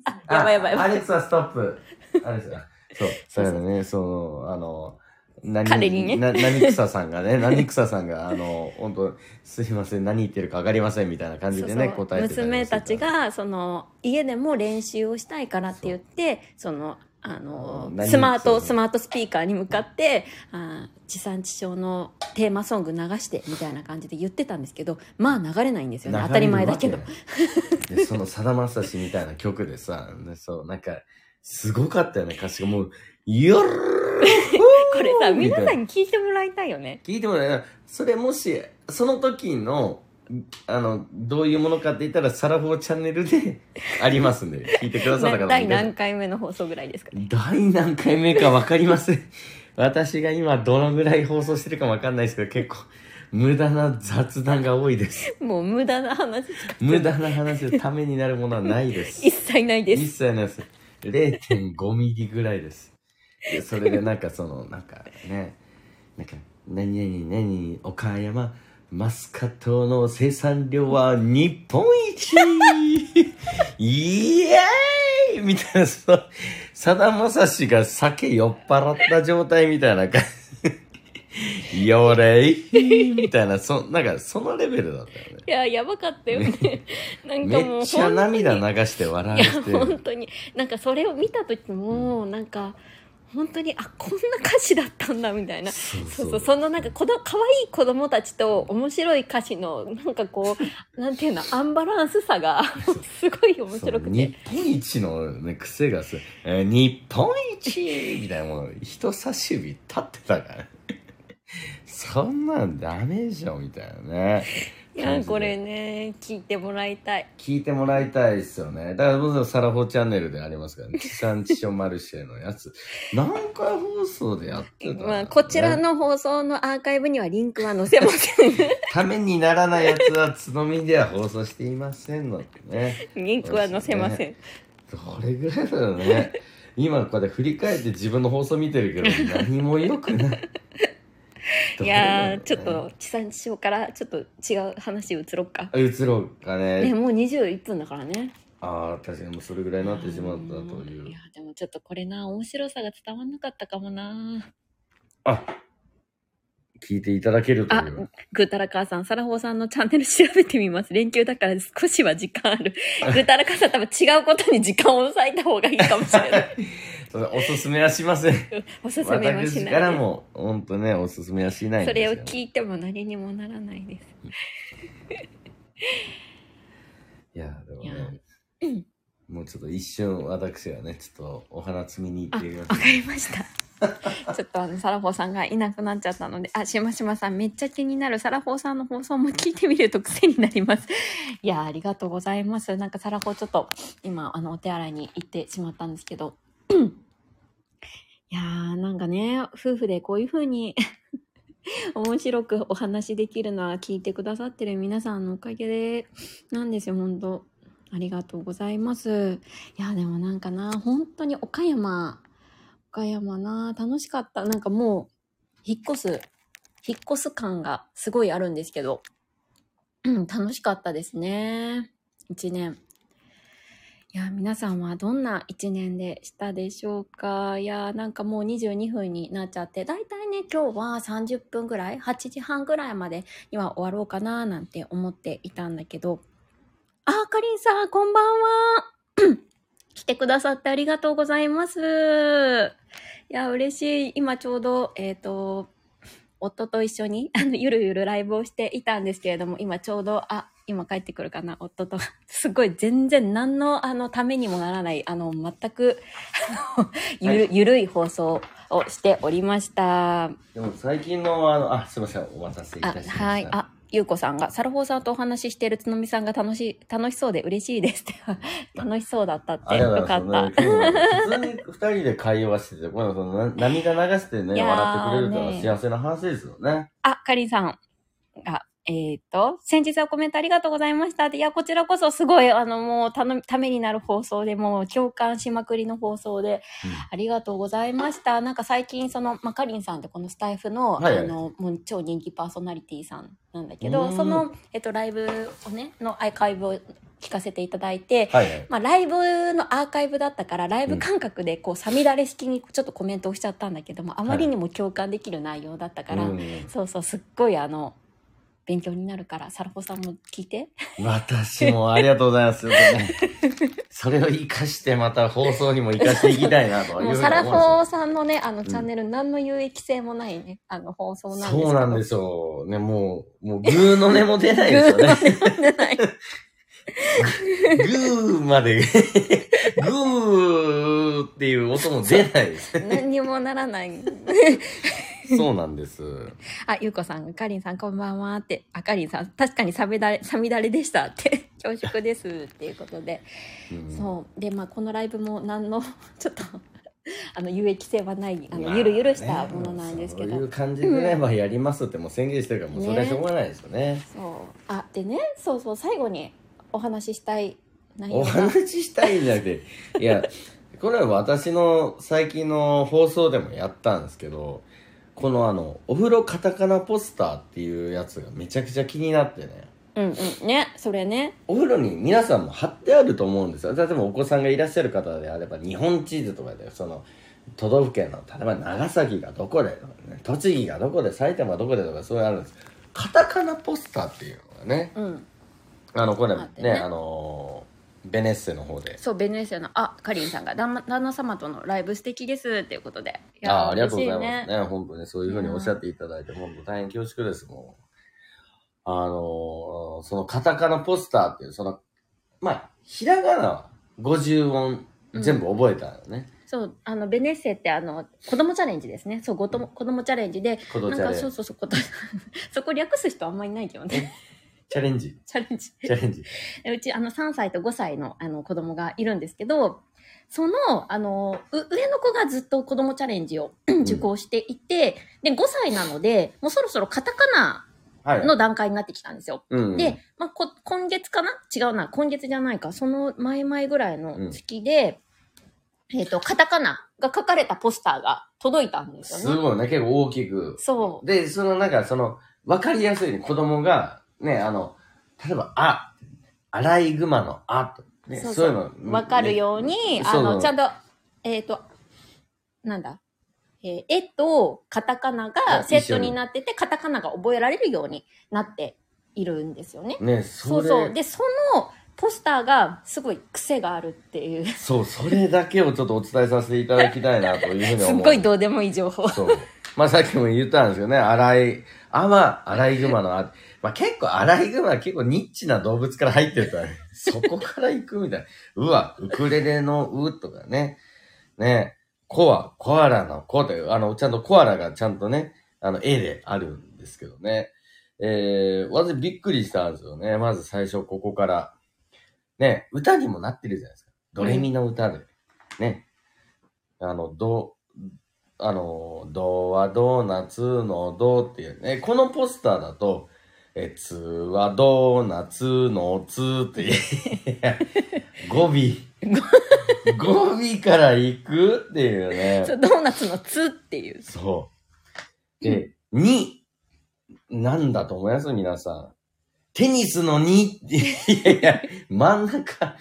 Speaker 1: あ
Speaker 2: あ
Speaker 1: やばいやばいやば
Speaker 2: ア
Speaker 1: い
Speaker 2: レクサストップ。アレクサ。そう。そうだよね。その、あの、何
Speaker 1: 彼にね
Speaker 2: な何草さんがね、 *laughs* 何草さんが、あの、本当すいません、何言ってるか分かりませんみたいな感じでね、
Speaker 1: そうそう
Speaker 2: 答えてりも
Speaker 1: 娘
Speaker 2: して
Speaker 1: たちがその家でも練習をしたいからって言ってそのあの
Speaker 2: 何
Speaker 1: スマー
Speaker 2: そ
Speaker 1: ト
Speaker 2: うそう
Speaker 1: スマートスピーカーに向かってあー地産地消のテーマソング流してみたいな感じで言ってたんですけどまあ流れないんですよね当たり前だけど
Speaker 2: *laughs* 流れるわけでそのさだまさしみたいな曲でさ、ねそう、なんか、すごかったよね、歌詞がもう、よる
Speaker 1: これさ皆さん
Speaker 2: に。
Speaker 1: に聞いてもらいたいよね
Speaker 2: 聞いてもらえそれもし、その時の、あの、どういうものかって言ったら、サラフォーチャンネルで *laughs* ありますんで、聞いてくださった方
Speaker 1: な
Speaker 2: も
Speaker 1: 第何回目の放送ぐらいですかね
Speaker 2: 第何回目か分かりません。私が今どのぐらい放送してるか分かんないですけど、結構、無駄な雑談が多いです。
Speaker 1: もう無駄な話しか
Speaker 2: 無駄な話でためになるものはないです。
Speaker 1: 一切ないで
Speaker 2: 一
Speaker 1: す
Speaker 2: 切ないです。0.5ミリぐらいです。でそれでなんかそ
Speaker 1: *laughs*
Speaker 2: の、なんかね、なんか、何々何々岡山、マスカットの生産量は日本一イエーイみたいな、その、さだまさしが酒酔っ払った状態みたいな感じ。よれいみたいな、そ、なんか、そのレベルだったよね。
Speaker 1: いややばかったよ
Speaker 2: *laughs*
Speaker 1: ねなんかも
Speaker 2: め
Speaker 1: う
Speaker 2: っちゃ
Speaker 1: 本当に
Speaker 2: 涙流して笑わ
Speaker 1: い
Speaker 2: れ
Speaker 1: や
Speaker 2: て。
Speaker 1: 本当になんかそれを見た時も、なんか本当にあこんな歌詞だったんだみたいな
Speaker 2: そうそう
Speaker 1: そうそうそのなんか子ど可愛い子供たちと面白い歌詞のなんかこ
Speaker 2: *laughs*
Speaker 1: うなんていうのアンバランスさがすごい面白
Speaker 2: そ
Speaker 1: くて
Speaker 2: う日本一の、ね、癖がする、えー日本一みたいなもの人差し指立ってたから *laughs* そんなんダメでしょみたいなね
Speaker 1: い
Speaker 2: 感
Speaker 1: や
Speaker 2: じで
Speaker 1: これね聞いてもらいたい
Speaker 2: 聞いてもらいたいですよねだから僕のサラフォーチャンネルでありま
Speaker 1: *laughs*
Speaker 2: すからね地産地消マルシェのやつ何回放送でやってたんだろうね
Speaker 1: まあ、こちらの放送のアーカイブにはリンクは載せませ
Speaker 2: *laughs*
Speaker 1: ん
Speaker 2: ためにならないやつはつのみでは放送していませんのでね
Speaker 1: リンクは載せません、
Speaker 2: どれぐらいだろうね今こうやって振り返って自分の放送見てるけど何も良くない
Speaker 1: いやーちょっと地産地消からちょっと違う話移ろっか、
Speaker 2: と移ろうかね
Speaker 1: ねもう21分だからね
Speaker 2: ああ確かにもうそれぐらいになってしまったといううん
Speaker 1: やでもちょっとこれな面白さが伝わんなかったかもな
Speaker 2: あ聞いていただけるとい
Speaker 1: あ
Speaker 2: *laughs* う
Speaker 1: ぐーたらかーさんサラホーさんのチャンネル調べてみます連休だから少しは時間あ
Speaker 2: *laughs*
Speaker 1: るぐーたらかーさん多分違うことに時間を割いた方がいいかもしれ
Speaker 2: *laughs*
Speaker 1: ない
Speaker 2: それおすすめはしません
Speaker 1: おすすめはし
Speaker 2: 私
Speaker 1: な
Speaker 2: から
Speaker 1: い
Speaker 2: も本当ねおすすめはしないん
Speaker 1: そ
Speaker 2: です
Speaker 1: れ
Speaker 2: よ
Speaker 1: を聞いても何にもならないです
Speaker 2: いやでも
Speaker 1: いや
Speaker 2: ねもうちょっと一瞬私はねちょっとお花摘みに行
Speaker 1: あ
Speaker 2: ってみま
Speaker 1: わ
Speaker 2: す
Speaker 1: かりました *laughs* ちょっとあのサラホーさんがいなくなっちゃったのであしましまさんめっちゃ気になるサラホーさんの放送も聞いてみると癖になります *laughs* いやありがとうございますなんかサラホーちょっと今あのお手洗いに行ってしまったんですけど *clears throat* いやーなんかね夫婦でこういう風に *laughs* 面白くお話しできるのは聞いてくださってる皆さんのおかげでなんですよ本当ありがとうございますいやでもなんかな本当に岡山岡山な楽しかったなんかもう引っ越す引っ越す感がすごいあるんですけど、うん、楽しかったですね1年いや皆さんはどんな1年でしたでしょうかいやなんかもう22分になっちゃってだいたいね今日は30分ぐらい8時半ぐらいまでには終わろうかななんて思っていたんだけどあーかりんさんこんばんは *coughs* 来てくださってありがとうございます。いや、嬉しい。今ちょうど、えっ、と、夫と一緒に、 *laughs* あの、ゆるゆるライブをしていたんですけれども、今ちょうど、あ、今帰ってくるかな、夫と。 *laughs* すごい、全然何の、あの、ためにもならない、あの、全く、 *laughs* あの、ゆる、ゆるい放送をしておりました。
Speaker 2: でも最近のあのあすいませんお待たせいた
Speaker 1: あ
Speaker 2: しまし、た
Speaker 1: はい。あ、ゆうこさんが、サルホーさんとお話ししているつのみさんが楽しい、楽しそうで嬉しいですって。 *laughs* 楽しそうだったって。よかった。
Speaker 2: た。普通に二人で会話してて、このそのな涙流して
Speaker 1: い
Speaker 2: ね、
Speaker 1: やー
Speaker 2: 笑ってくれるから
Speaker 1: ね
Speaker 2: 幸せな話ですよね。
Speaker 1: あ、かりんさんが、えーっと、先日はコメントありがとうございましたって。いや、こちらこそすごい、あの、もう、たの、ためになる放送で、もう、共感しまくりの放送で、ありがとうございました。なんか最近、その、まあ、かりんさんってこのスタイフの、
Speaker 2: はいはい
Speaker 1: あの、もう超人気パーソナリティさんなんだけ
Speaker 2: う
Speaker 1: ど、
Speaker 2: ん
Speaker 1: その、えっと、ライブをね、のアーカイブを聞かせていただいて、
Speaker 2: はいはい。
Speaker 1: まあ、ライブのアーカイブだったからライブ感覚でこうさみだれ式にちょっとコメントをしちゃったんだけどもあまりにも共感できる内容だったから、
Speaker 2: うん
Speaker 1: そうそうすっごいあの勉強になるからサラホさんも聞いて
Speaker 2: 私もありがとうございます。
Speaker 1: *laughs*
Speaker 2: それを活かしてまた放送にも活かしていきたいなとい
Speaker 1: もう
Speaker 2: うふうに思うんです
Speaker 1: サ
Speaker 2: よ
Speaker 1: ラホさんのねあの
Speaker 2: ん
Speaker 1: チャンネル何の有益性もないねあの放送なんですけど
Speaker 2: そうなんですよ。ね、もう、もうグーの音も出ないですよね。
Speaker 1: 出ない
Speaker 2: グーまで、グーっていう音も出ないです。
Speaker 1: *laughs* 何にもならない
Speaker 2: そうなんです。
Speaker 1: あゆうこさんかりんさんこんばんはってあかりんさん確かにさみだれさみだれでしたって恐縮ですっていうことで
Speaker 2: うん
Speaker 1: そうでまあこのライブも何の *laughs* ちょっとあの有益性はないあ
Speaker 2: ま
Speaker 1: の
Speaker 2: あ
Speaker 1: ゆるゆるしたものなんですけ
Speaker 2: ねそ
Speaker 1: ど、
Speaker 2: ういう感じでね、まあやりますってもう宣言してるから、もうそれはしょうがないですよね。
Speaker 1: そうあでねそうそう最後にお話ししたい内容
Speaker 2: お
Speaker 1: が
Speaker 2: 話ししたいんじゃなくて、いや、これは私の最近の放送でもやったんですけど、このあの、お風呂カタカナポスターっていうやつがめちゃくちゃ気になってね。
Speaker 1: うんうんねそれね
Speaker 2: お風呂に皆さんも貼ってあると思うんですよ。例えばお子さんがいらっしゃる方であれば、日本地図とかで、その、都道府県の、例えば長崎がどこでとかね、栃木がどこで、埼玉がどこでとか、そういうのあるんです。カタカナポスターっていうのがね、
Speaker 1: うん
Speaker 2: あの、これ
Speaker 1: あ
Speaker 2: ね
Speaker 1: っ、てね
Speaker 2: あのーベネッセの方で。
Speaker 1: そうベネッセのあかりんさんが旦那旦那様とのライブ素敵ですっていうことでいや
Speaker 2: ああ、ありがとうござい
Speaker 1: 嬉
Speaker 2: ま
Speaker 1: し
Speaker 2: すね。本当にそういうふうにおっしゃっていただいて、本当大変恐縮です、もう。あのーそのカタカナポスターっていう、その、まあ、ひらがなは50音全部覚えたのね。
Speaker 1: そうあのベネッセってあの子供チャレンジですねそうごとも子供チャレンジで
Speaker 2: こと
Speaker 1: な
Speaker 2: チ
Speaker 1: ん
Speaker 2: ャ
Speaker 1: か
Speaker 2: レ
Speaker 1: そ
Speaker 2: ン
Speaker 1: う
Speaker 2: ジ。
Speaker 1: そうそうこと *laughs* そこ略す人あんまりいないけどね
Speaker 2: チャレンジ。
Speaker 1: チャレンジ
Speaker 2: チャレンジ。
Speaker 1: でうちあの3歳と5歳のあの子供がいるんですけど、その、あの、う上の子がずっと子供チャレンジを *clears throat* 受講していて、で、5歳なので、もうそろそろカタカナ
Speaker 2: はい。
Speaker 1: の段階になってきたんですよ。
Speaker 2: うん、
Speaker 1: で、まあ、こ今月かな違うな、今月じゃないか、その前々ぐらいの月で、えっ、と、カタカナが書かれたポスターが届いたんです
Speaker 2: す
Speaker 1: よね。
Speaker 2: ごいね、結構大きく。
Speaker 1: そう。
Speaker 2: で、そのなんか、その、わかりやすいように子供が、ね、あの、例えば、あ、アライグマのあと、ね、
Speaker 1: そ
Speaker 2: そうう
Speaker 1: そう
Speaker 2: いうの。
Speaker 1: わかるように、あの、ちゃ
Speaker 2: ん
Speaker 1: んと、えっ、と、なんだ、えー絵とカタカナがセットになってて、カタカナが覚えられるようになっているんですよね。
Speaker 2: と。ね、
Speaker 1: そ
Speaker 2: そうれ
Speaker 1: そう。で、そのポスターがすごい癖があるっていう、す
Speaker 2: そう、それだけをちょっとお伝えさせていただきたいなというふうに思う。
Speaker 1: っごいどうでもいい情
Speaker 2: *laughs*
Speaker 1: 報。
Speaker 2: そう。まあさっきも言ったんですよね。アライ、アマ、アライグマのあ、まあ結構アライグマは結構ニッチな動物から入ってるから、ね、 *laughs* そこから行くみたいな。うわ、ウクレレのうとかね。ねコア、コアラのコって、あの、ちゃんとコアラがちゃんとね、あの、絵であるんですけどね。えー、私びっくりしたんですよね。まず最初ここから。ね、歌にもなってるじゃないですか。ドレミの歌で。ね。あの、ド、あの、ドはドーナツのドっていうね、このポスターだと、え、ツはドーナツのツっていう、 *laughs* 語尾。語尾から行くっていうね
Speaker 1: そ。うドーナツの「つ」っていう。
Speaker 2: そう。で、に、なんだと思います皆さん。テニスのにって、いやいや、真ん中、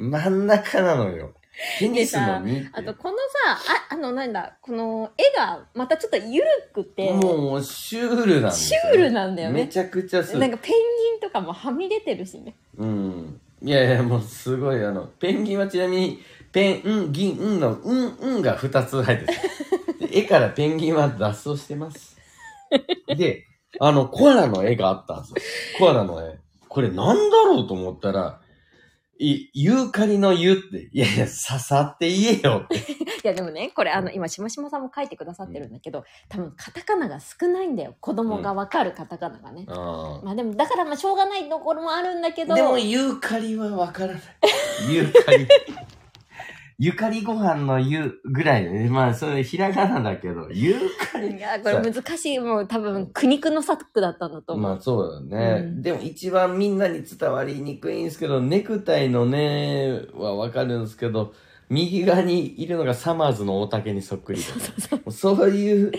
Speaker 2: 真ん中なのよ。テニスのにって。
Speaker 1: あと、このさ、あ、あの、なんだ、この絵がまたちょっと緩くて、
Speaker 2: もうもうシュールなんだよ、
Speaker 1: シュールなんだよね
Speaker 2: めちゃくちゃす
Speaker 1: なんかペンギンとかもはみ出てるしね。
Speaker 2: うんいやいやもうすごいあのペンギンはちなみにペンギンの「うんうん」が2つ入って
Speaker 1: *laughs*
Speaker 2: るで絵からペンギンは脱走してますであのコアラの絵があったんですよコアラの絵これなんだろうと思ったらい、ユーカリの湯って、いやいや、刺さって言え
Speaker 1: *laughs*
Speaker 2: よって。
Speaker 1: いやでもねこれあの今しもしもさんも書いてくださってるんだけど、多分カタカナが少ないんだよ子供がわかるカタカナがね、
Speaker 2: うん
Speaker 1: まあでもだからまあしょうがないところもあるんだけど
Speaker 2: でも、ユーカリはわからない。 *laughs* ユーカリ。ゆかりご飯のゆぐらいで、ね、まあ、それひらがなだけど、ゆうかり。
Speaker 1: いやこれ難しいもう多分苦肉の策だったんだと思う、
Speaker 2: まあ、そうだよね、
Speaker 1: うん
Speaker 2: でも一番みんなに伝わりにくいんですけど、ネクタイのねはわかるんですけど、右側にいるのがサマーズの大竹にそっくりとか
Speaker 1: そうそう
Speaker 2: もうそういう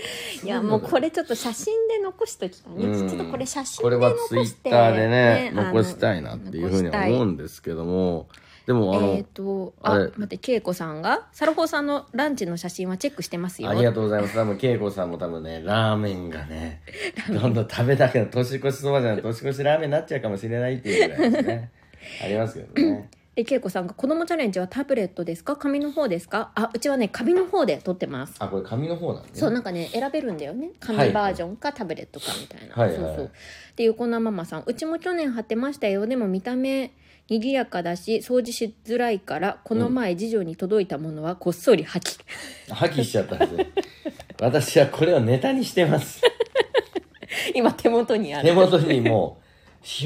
Speaker 1: いやもうこ
Speaker 2: れ
Speaker 1: れちょっと写真で残しときたいね、
Speaker 2: うん
Speaker 1: ちょっとこれ写真
Speaker 2: こ
Speaker 1: で
Speaker 2: れは
Speaker 1: 残
Speaker 2: ツイ
Speaker 1: し
Speaker 2: ッ
Speaker 1: て
Speaker 2: ターでね
Speaker 1: あの
Speaker 2: 残したいなっていうふうに
Speaker 1: 残したい
Speaker 2: 思うんですけどもでもあの、
Speaker 1: えっ、とあ
Speaker 2: あれ
Speaker 1: 待って恵子さんがサルホーさんのランチの写真はチェックしてますよ
Speaker 2: ありがとうございます。多分、恵子さんも多分ね、ラーメンがね、どんどん食べたくなる。年越しそばじゃなくて、年越しラーメンになっちゃうかもしれないっていうぐらいです
Speaker 1: *laughs*
Speaker 2: ね。ありますけどね。
Speaker 1: で恵子さんが「子供チャレンジはタブレットですか紙の方ですか?」あうちはね紙の方で撮ってます
Speaker 2: あ、これ紙の方なんで、ね。
Speaker 1: そうなんかね選べるんだよね
Speaker 2: は
Speaker 1: 紙
Speaker 2: い
Speaker 1: バージョンかタブレットかみたいな、
Speaker 2: はいはい
Speaker 1: そうそうで横なママさん「うちも去年貼ってましたよでも見た目賑やかだし掃除しづらいからこの前次女に届いたものはこっそり破棄」
Speaker 2: 破棄しちゃったんですよ。私はこれをネタにし
Speaker 1: *laughs*
Speaker 2: てます。
Speaker 1: *laughs* 今手元にあ
Speaker 2: 手
Speaker 1: る
Speaker 2: 元にもう、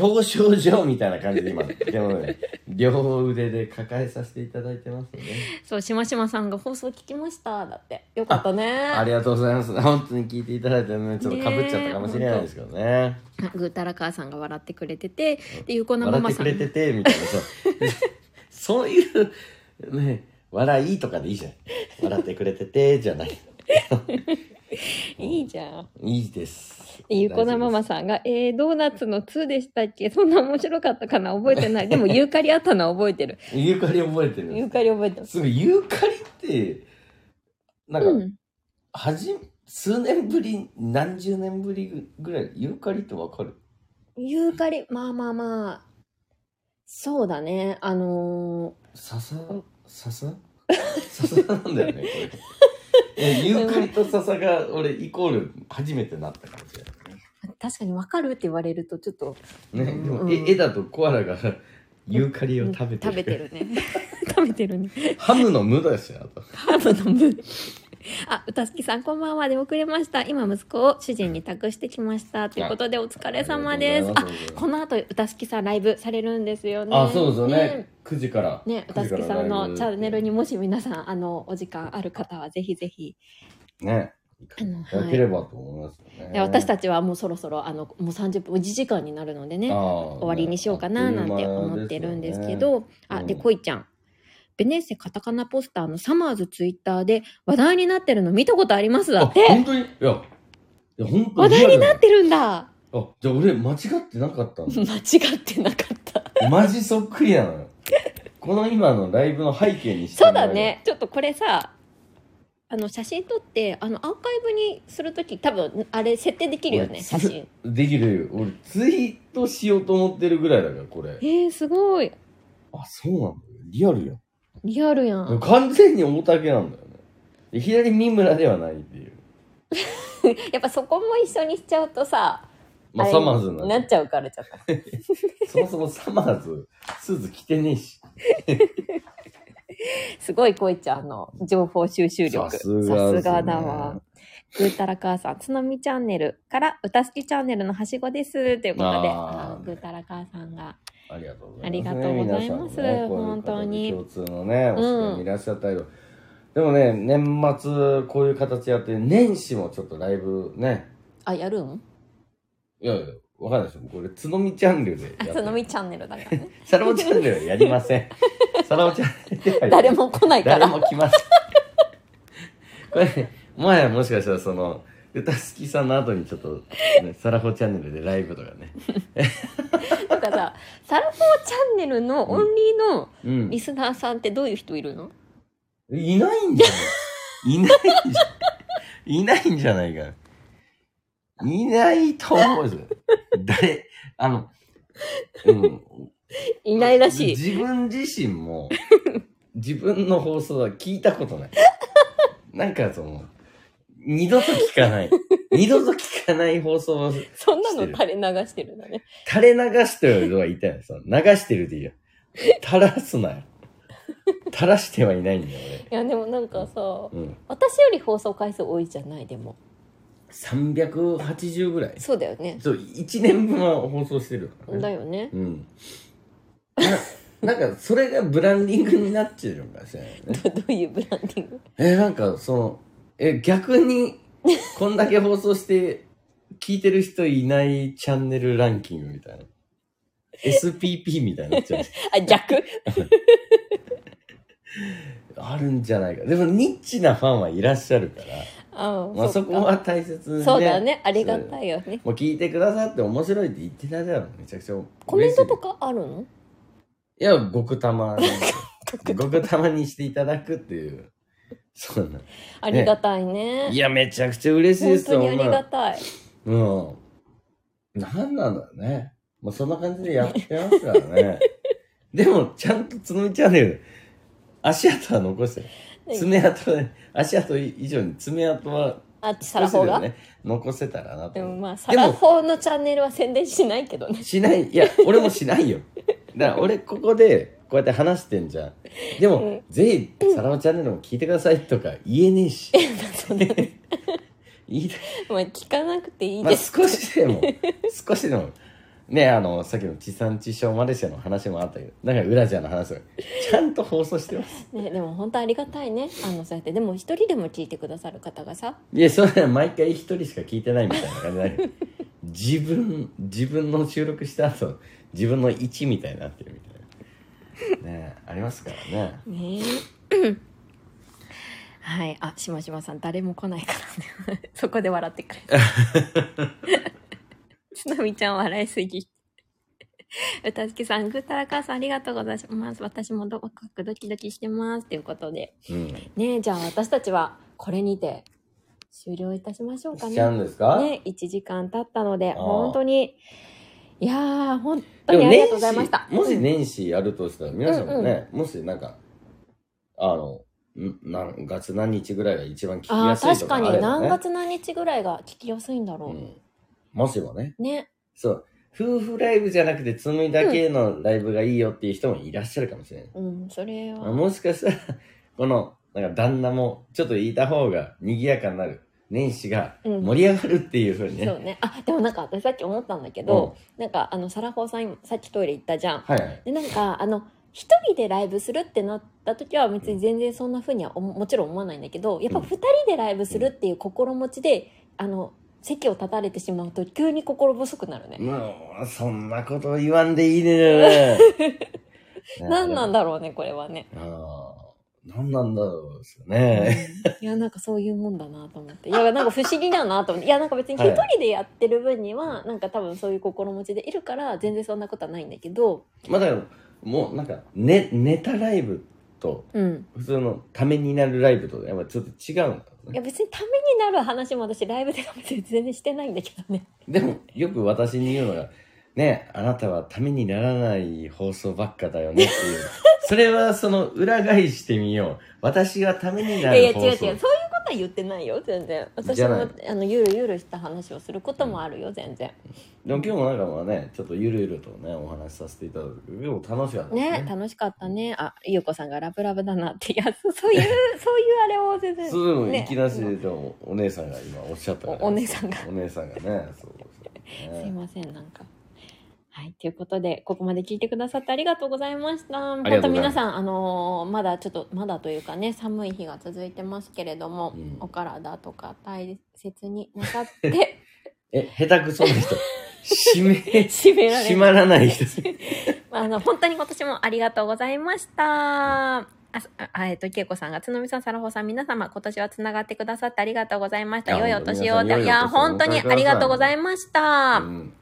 Speaker 2: 表彰状みたいな感じで今、でもね、両腕で抱えさせていただいてますね。
Speaker 1: そうしましまさんが放送聞きましただってよかったね
Speaker 2: ありがとうございます。本当に聞いていただいてね、ちょっと被っちゃったかもしれないですけどね
Speaker 1: ぐーたら母さんが笑ってくれててで横なマ
Speaker 2: 笑っ
Speaker 1: マ
Speaker 2: て
Speaker 1: さ
Speaker 2: く
Speaker 1: ん
Speaker 2: れててみたいなそう *laughs* そういうね笑いとかでいいじゃん笑ってくれててじゃない
Speaker 1: いいじゃん
Speaker 2: いいです
Speaker 1: でゆこなママさんが「えー、ドーナツの2でしたっけそんな面白かったかな覚えてないでもユーカリあったのは覚えてる
Speaker 2: 大丈夫ですユーカリ覚えて
Speaker 1: ユ
Speaker 2: る
Speaker 1: ーカリ覚えてます
Speaker 2: すごいユーカリってなんか、
Speaker 1: うん
Speaker 2: はじ数年ぶり何十年ぶりぐらいユーカリってわかる
Speaker 1: ユーカリまあまあまあそうだねあの
Speaker 2: 笹笹笹なんだよねこ
Speaker 1: *laughs*
Speaker 2: れいやユーカリと笹が俺イコール初めてなった感じだよね
Speaker 1: ー確かにわかるって言われるとちょっと
Speaker 2: ね、で
Speaker 1: う
Speaker 2: も、
Speaker 1: ん
Speaker 2: え、絵だとコアラがユーカリを食べてる。
Speaker 1: 食べてるね *laughs* 食べてるね
Speaker 2: *laughs* ハムの無駄ですよ、あと。
Speaker 1: ハムの分。あ、うたすきさん、こんばんは。で遅れました。今、息子を主人に託してきました。ということで、お疲れ様です。
Speaker 2: あ
Speaker 1: あ
Speaker 2: りがとうございます
Speaker 1: この後、うたすきさん、ライブされるんですよね。
Speaker 2: あ、そうですよね。。9時から。
Speaker 1: ね、うたすきさんのチャンネルにもし皆さん、あの、お時間ある方は、ぜひぜひ。
Speaker 2: ね、
Speaker 1: あの、
Speaker 2: や
Speaker 1: は
Speaker 2: けれ
Speaker 1: い。
Speaker 2: ばと思いますよね。
Speaker 1: で私たちはもうそろそろ、あの、もう30分、1時間になるのでね。終
Speaker 2: 終
Speaker 1: わりにしようかななんて思ってるんですけ。ど、
Speaker 2: あっと
Speaker 1: あ、で、
Speaker 2: いう間ですよねうん
Speaker 1: こいちゃん。ベネッセカタカナポスターのサマーズツイッターで話題になってるの見たことありますだ
Speaker 2: あ
Speaker 1: っ、て
Speaker 2: 本当にいや、いや本当
Speaker 1: 話題にな
Speaker 2: リア
Speaker 1: っ
Speaker 2: ル
Speaker 1: てるんだ
Speaker 2: あ、じゃあ俺間違ってなかった
Speaker 1: 間違ってなかった。
Speaker 2: の。マジそっくりなのよ。この今のライブの背景にして
Speaker 1: そう
Speaker 2: もら
Speaker 1: だ
Speaker 2: える。
Speaker 1: ね。ちょっとこれさ、あの写真撮って、あのアーカイブにするとき多分あれ設定できるよ
Speaker 2: 俺
Speaker 1: ね、
Speaker 2: つ
Speaker 1: 写真。
Speaker 2: できるよ。俺ツイートしようと思ってるぐらいだから、これ。
Speaker 1: えー、すごい。
Speaker 2: あ、そうなんだよ。リアルや
Speaker 1: リアルやん。
Speaker 2: ん。完全に大竹なんだよね。いきなり三村ではないっていう。
Speaker 1: やっぱそこも一緒にしちゃうとさ、
Speaker 2: まあ、
Speaker 1: れ
Speaker 2: サマーズなん
Speaker 1: な
Speaker 2: だ
Speaker 1: っちゃうからちょっと。
Speaker 2: そもそもサマーズ、スーツ着てねえし。
Speaker 1: すごい、こいちゃんの情報収集力。
Speaker 2: さ
Speaker 1: さ
Speaker 2: す
Speaker 1: す
Speaker 2: がですね
Speaker 1: がだわ。ぐーたら母さん、つのみチャンネルから、うたすきチャンネルのはしごです。ということで、
Speaker 2: あー
Speaker 1: あーぐーたら母さんが。
Speaker 2: ありがとうござ
Speaker 1: あ
Speaker 2: い
Speaker 1: り
Speaker 2: ま
Speaker 1: が
Speaker 2: す、
Speaker 1: と
Speaker 2: ね。
Speaker 1: うございます
Speaker 2: 皆さんもねこういう
Speaker 1: 本当に
Speaker 2: 方で共通のね、お知り合
Speaker 1: う
Speaker 2: い
Speaker 1: ん
Speaker 2: いらっしゃったりとかでもね、年末、こういう形やって、年始もちょっとライブね。
Speaker 1: あ、やるん
Speaker 2: いやいや、わかんないですよ。これ、つのみチャンネルでやって
Speaker 1: あ、
Speaker 2: る。
Speaker 1: つのみチャンネルだからね。
Speaker 2: サラオチャンネルはやりま
Speaker 1: *laughs*
Speaker 2: せん。サラオチャンネルではやりません
Speaker 1: 誰も来ないか
Speaker 2: 誰
Speaker 1: ら。
Speaker 2: も来ますこれ前はもしかしたらその歌好きさんの後にちょっと、ね、サラホチャンネルでライブとかね
Speaker 1: なんかさ、サラフォーチャンネルのオンリーの
Speaker 2: うん
Speaker 1: リスナーさんってどういう人いるの、
Speaker 2: いないんじゃないいないんじゃいないんじゃないかいないと思うんですよ誰あのうん
Speaker 1: いないらしい。
Speaker 2: *laughs* 自分自
Speaker 1: *laughs*
Speaker 2: 身も自分の放送は聞いたことないなんかその二度と聞か
Speaker 1: *laughs*
Speaker 2: ない二度と聞かない放送を
Speaker 1: そんなの垂れ流してるんだね。
Speaker 2: 垂れ流してるのは言いたいのその流してるでいいよ垂らすなよ垂らしてはいないんだよ
Speaker 1: いや、でもなんかさ、
Speaker 2: 俺うん
Speaker 1: 私より放送回数多いじゃない、でも。
Speaker 2: 380ぐらい
Speaker 1: そうだよね。
Speaker 2: そう1年分は放送してるから
Speaker 1: だ
Speaker 2: ね
Speaker 1: よね。
Speaker 2: うんななんかそれがブランディングになっちゃうのかもしれないよね
Speaker 1: どういうブランディング
Speaker 2: えなんかそのえ逆にこんだけ放送して聞いてる人いないチャンネルランキングみたいな SPP みたいになっちゃう
Speaker 1: あ、逆
Speaker 2: あるんじゃないか。でも、ニッチなファンはいらっしゃるから、
Speaker 1: うん
Speaker 2: まあ、そ
Speaker 1: っか
Speaker 2: こは大切で
Speaker 1: そうだねありが
Speaker 2: そう
Speaker 1: たいよね
Speaker 2: もう聞いてくださって面白いって言っていただいたらめちゃくちゃ嬉しい
Speaker 1: コメントとかあるの
Speaker 2: いやごくたまにごくたまにしていただくっていうそうな
Speaker 1: ありがたいね
Speaker 2: いやめちゃくちゃ嬉しいで
Speaker 1: 本
Speaker 2: す
Speaker 1: 当にありが
Speaker 2: よ
Speaker 1: たい
Speaker 2: もううんなんなんだろうねもうそんな感じでやってますから
Speaker 1: *laughs*
Speaker 2: ねでもちゃんとつのみチャンネル足跡は残してる爪痕は足跡以上に爪痕は
Speaker 1: あサ
Speaker 2: 少
Speaker 1: ラ
Speaker 2: しで
Speaker 1: ホー
Speaker 2: も
Speaker 1: が
Speaker 2: ね残せたらなと
Speaker 1: で
Speaker 2: 思う
Speaker 1: もまあサラホーのチャンネルは宣伝しないけどね
Speaker 2: しないいや俺もしないよだから俺ここでこうやって話してんじゃんでも、ぜひ「サラマチャンネル」も聞いてくださいとか言えね
Speaker 1: *laughs*
Speaker 2: えし
Speaker 1: そうだね
Speaker 2: *laughs* 言いたい
Speaker 1: まあ聞かなくていい
Speaker 2: まあ、
Speaker 1: です、
Speaker 2: 少しでも少しでもねあのさっきの地産地消マレーシアの話もあったけどだからウラジアの話もちゃんと放送してます
Speaker 1: ね、でも本当ありがたいねあのそうやってでも一人でも聞いてくださる方がさ
Speaker 2: いやそれは毎回一人しか聞いてないみたいな感じだけど自分自分の収録した後自分の位置みたいになってるみたいなねありますからね
Speaker 1: ねはいあしましまさん誰も来ないからね *laughs* そこで笑ってくれ *laughs* つなみちゃん笑いすぎうたすきさんぐーたらかーさんありがとうございます私もドクドクドキドキしてますということで
Speaker 2: うん
Speaker 1: ねえじゃあ私たちはこれにて終了いたしましょうか
Speaker 2: しちゃう
Speaker 1: ね
Speaker 2: んですか、
Speaker 1: ね1時間経ったので
Speaker 2: ー
Speaker 1: 本当にいやー本当
Speaker 2: で
Speaker 1: に
Speaker 2: も
Speaker 1: ありが
Speaker 2: 年
Speaker 1: とうございまし
Speaker 2: 始
Speaker 1: た
Speaker 2: もし年始やるとしたら皆さんもね、もしなんかあのん何月何日ぐらいが一番聞き
Speaker 1: あ
Speaker 2: や
Speaker 1: あ
Speaker 2: すい
Speaker 1: 確
Speaker 2: と
Speaker 1: か
Speaker 2: かあれば
Speaker 1: に
Speaker 2: ね
Speaker 1: 何月何日ぐらいが聞きやすいんだろう、
Speaker 2: うん、もしもね
Speaker 1: ね
Speaker 2: そう夫婦ライブじゃなくてつむいだけのライブがいいよっていう人もいらっしゃるかもしれない、
Speaker 1: うんそれは
Speaker 2: もしかしたらこのなんか旦那もちょっといた方が賑やかになる年始が盛り上がるっていうふうにね、
Speaker 1: そうねあでもなんか私さっき思ったんだけど、なんかあのサラホーさん今さっきトイレ行ったじゃん
Speaker 2: はいはい
Speaker 1: でなんかあの一人でライブするってなった時は別に全然そんな風には思もちろん思わないんだけどやっぱ
Speaker 2: うん
Speaker 1: 二人でライブするっていう心持ちで、あの席を立たれてしまうと急に心細くなるね、
Speaker 2: もうそんなこと言わんでい
Speaker 1: *laughs*
Speaker 2: いねね
Speaker 1: 何なんだろうねこれはね
Speaker 2: ああ、なんなんだろうですよね。
Speaker 1: いやなんかそういうもんだなと思っていやなんか不思議だなと思っていやなんか別に一人でやってる分には、なんか多分そういう心持ちでいるから全然そんなことはないんだけど
Speaker 2: まあだから、もうなんか、ね、ネタライブと、
Speaker 1: うん
Speaker 2: 普通のためになるライブと、やっぱちょっと違うんだろう
Speaker 1: い
Speaker 2: ね。
Speaker 1: や別にためになる話も私ライブで食べて全然してないんだけどね
Speaker 2: でも、よく私に言うのが、ね、あなたはためにならない放送ばっかだよねっていう。 *laughs* それはその裏返してみよう。私はために
Speaker 1: いや
Speaker 2: な
Speaker 1: いや
Speaker 2: る放送。
Speaker 1: 違う違うそういうことは言ってないよ全然私
Speaker 2: じゃな
Speaker 1: も
Speaker 2: い
Speaker 1: あのゆるゆるした話をすることもあるよ全然
Speaker 2: でも今日もなんかまあね、ちょっとゆるゆるとね、お話しさせていただくけど、でも楽しかったです
Speaker 1: ね楽しかったねあゆうこさんがラブラブだなっていやそそういうそういうあれを全然
Speaker 2: そうでも
Speaker 1: ね
Speaker 2: いきなしででもお姉さんが今おっしゃったから
Speaker 1: おお姉さんが
Speaker 2: お姉さんがねそうですよ
Speaker 1: すい *laughs*
Speaker 2: ね
Speaker 1: ませんなんか。はい。ということで、ここまで聞いてくださってありがとうございました。本
Speaker 2: りが
Speaker 1: 当
Speaker 2: とうござい
Speaker 1: 皆
Speaker 2: ます
Speaker 1: さん、あのーまだちょっと、まだというかね、寒い日が続いてますけれども、
Speaker 2: うん
Speaker 1: お体とか大切になさって、
Speaker 2: え下手くそな人締め
Speaker 1: 締められ
Speaker 2: 締まらない人
Speaker 1: あの、本当に今年もありがとうございました。あ、すあえっと、けいこさんが、つのみさん、さらほさん、皆様、今年はつながってくださってありがとうございました。
Speaker 2: いや
Speaker 1: 良いお年を。
Speaker 2: 本当に皆さん
Speaker 1: いや、
Speaker 2: 良いお年を
Speaker 1: 本当にありがとうございました。
Speaker 2: うん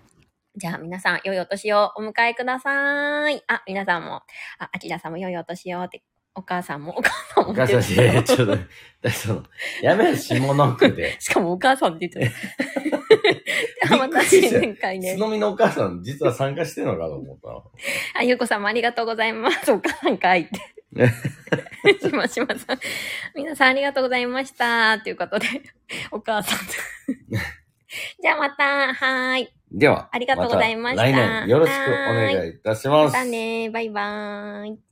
Speaker 1: じゃあ皆さん、良いお年をお迎えください。あ、皆さんも、あ、あきらさんも良いお年をって、お母さんも、お母さんも
Speaker 2: お
Speaker 1: って
Speaker 2: 母さ
Speaker 1: 言って
Speaker 2: んいやいや
Speaker 1: た。
Speaker 2: ちょっとだからそのやめろ下の句で
Speaker 1: しかもお母さんって言って
Speaker 2: *laughs*
Speaker 1: た。
Speaker 2: びっくりし
Speaker 1: 私、
Speaker 2: た
Speaker 1: 前回ね
Speaker 2: つ。のみのお母さん実は参加してんのかと思ったの
Speaker 1: あ、ゆうこさんもありがとうございます。お母さんかいって
Speaker 2: ね。 *laughs*
Speaker 1: しましまさん。皆さんありがとうございました。ということで、お母さん。
Speaker 2: *laughs*
Speaker 1: じゃあまた、はーい。
Speaker 2: では
Speaker 1: ありがとうございました
Speaker 2: 来年よろしくお願いいたしま
Speaker 1: ますたね。バイバーイ。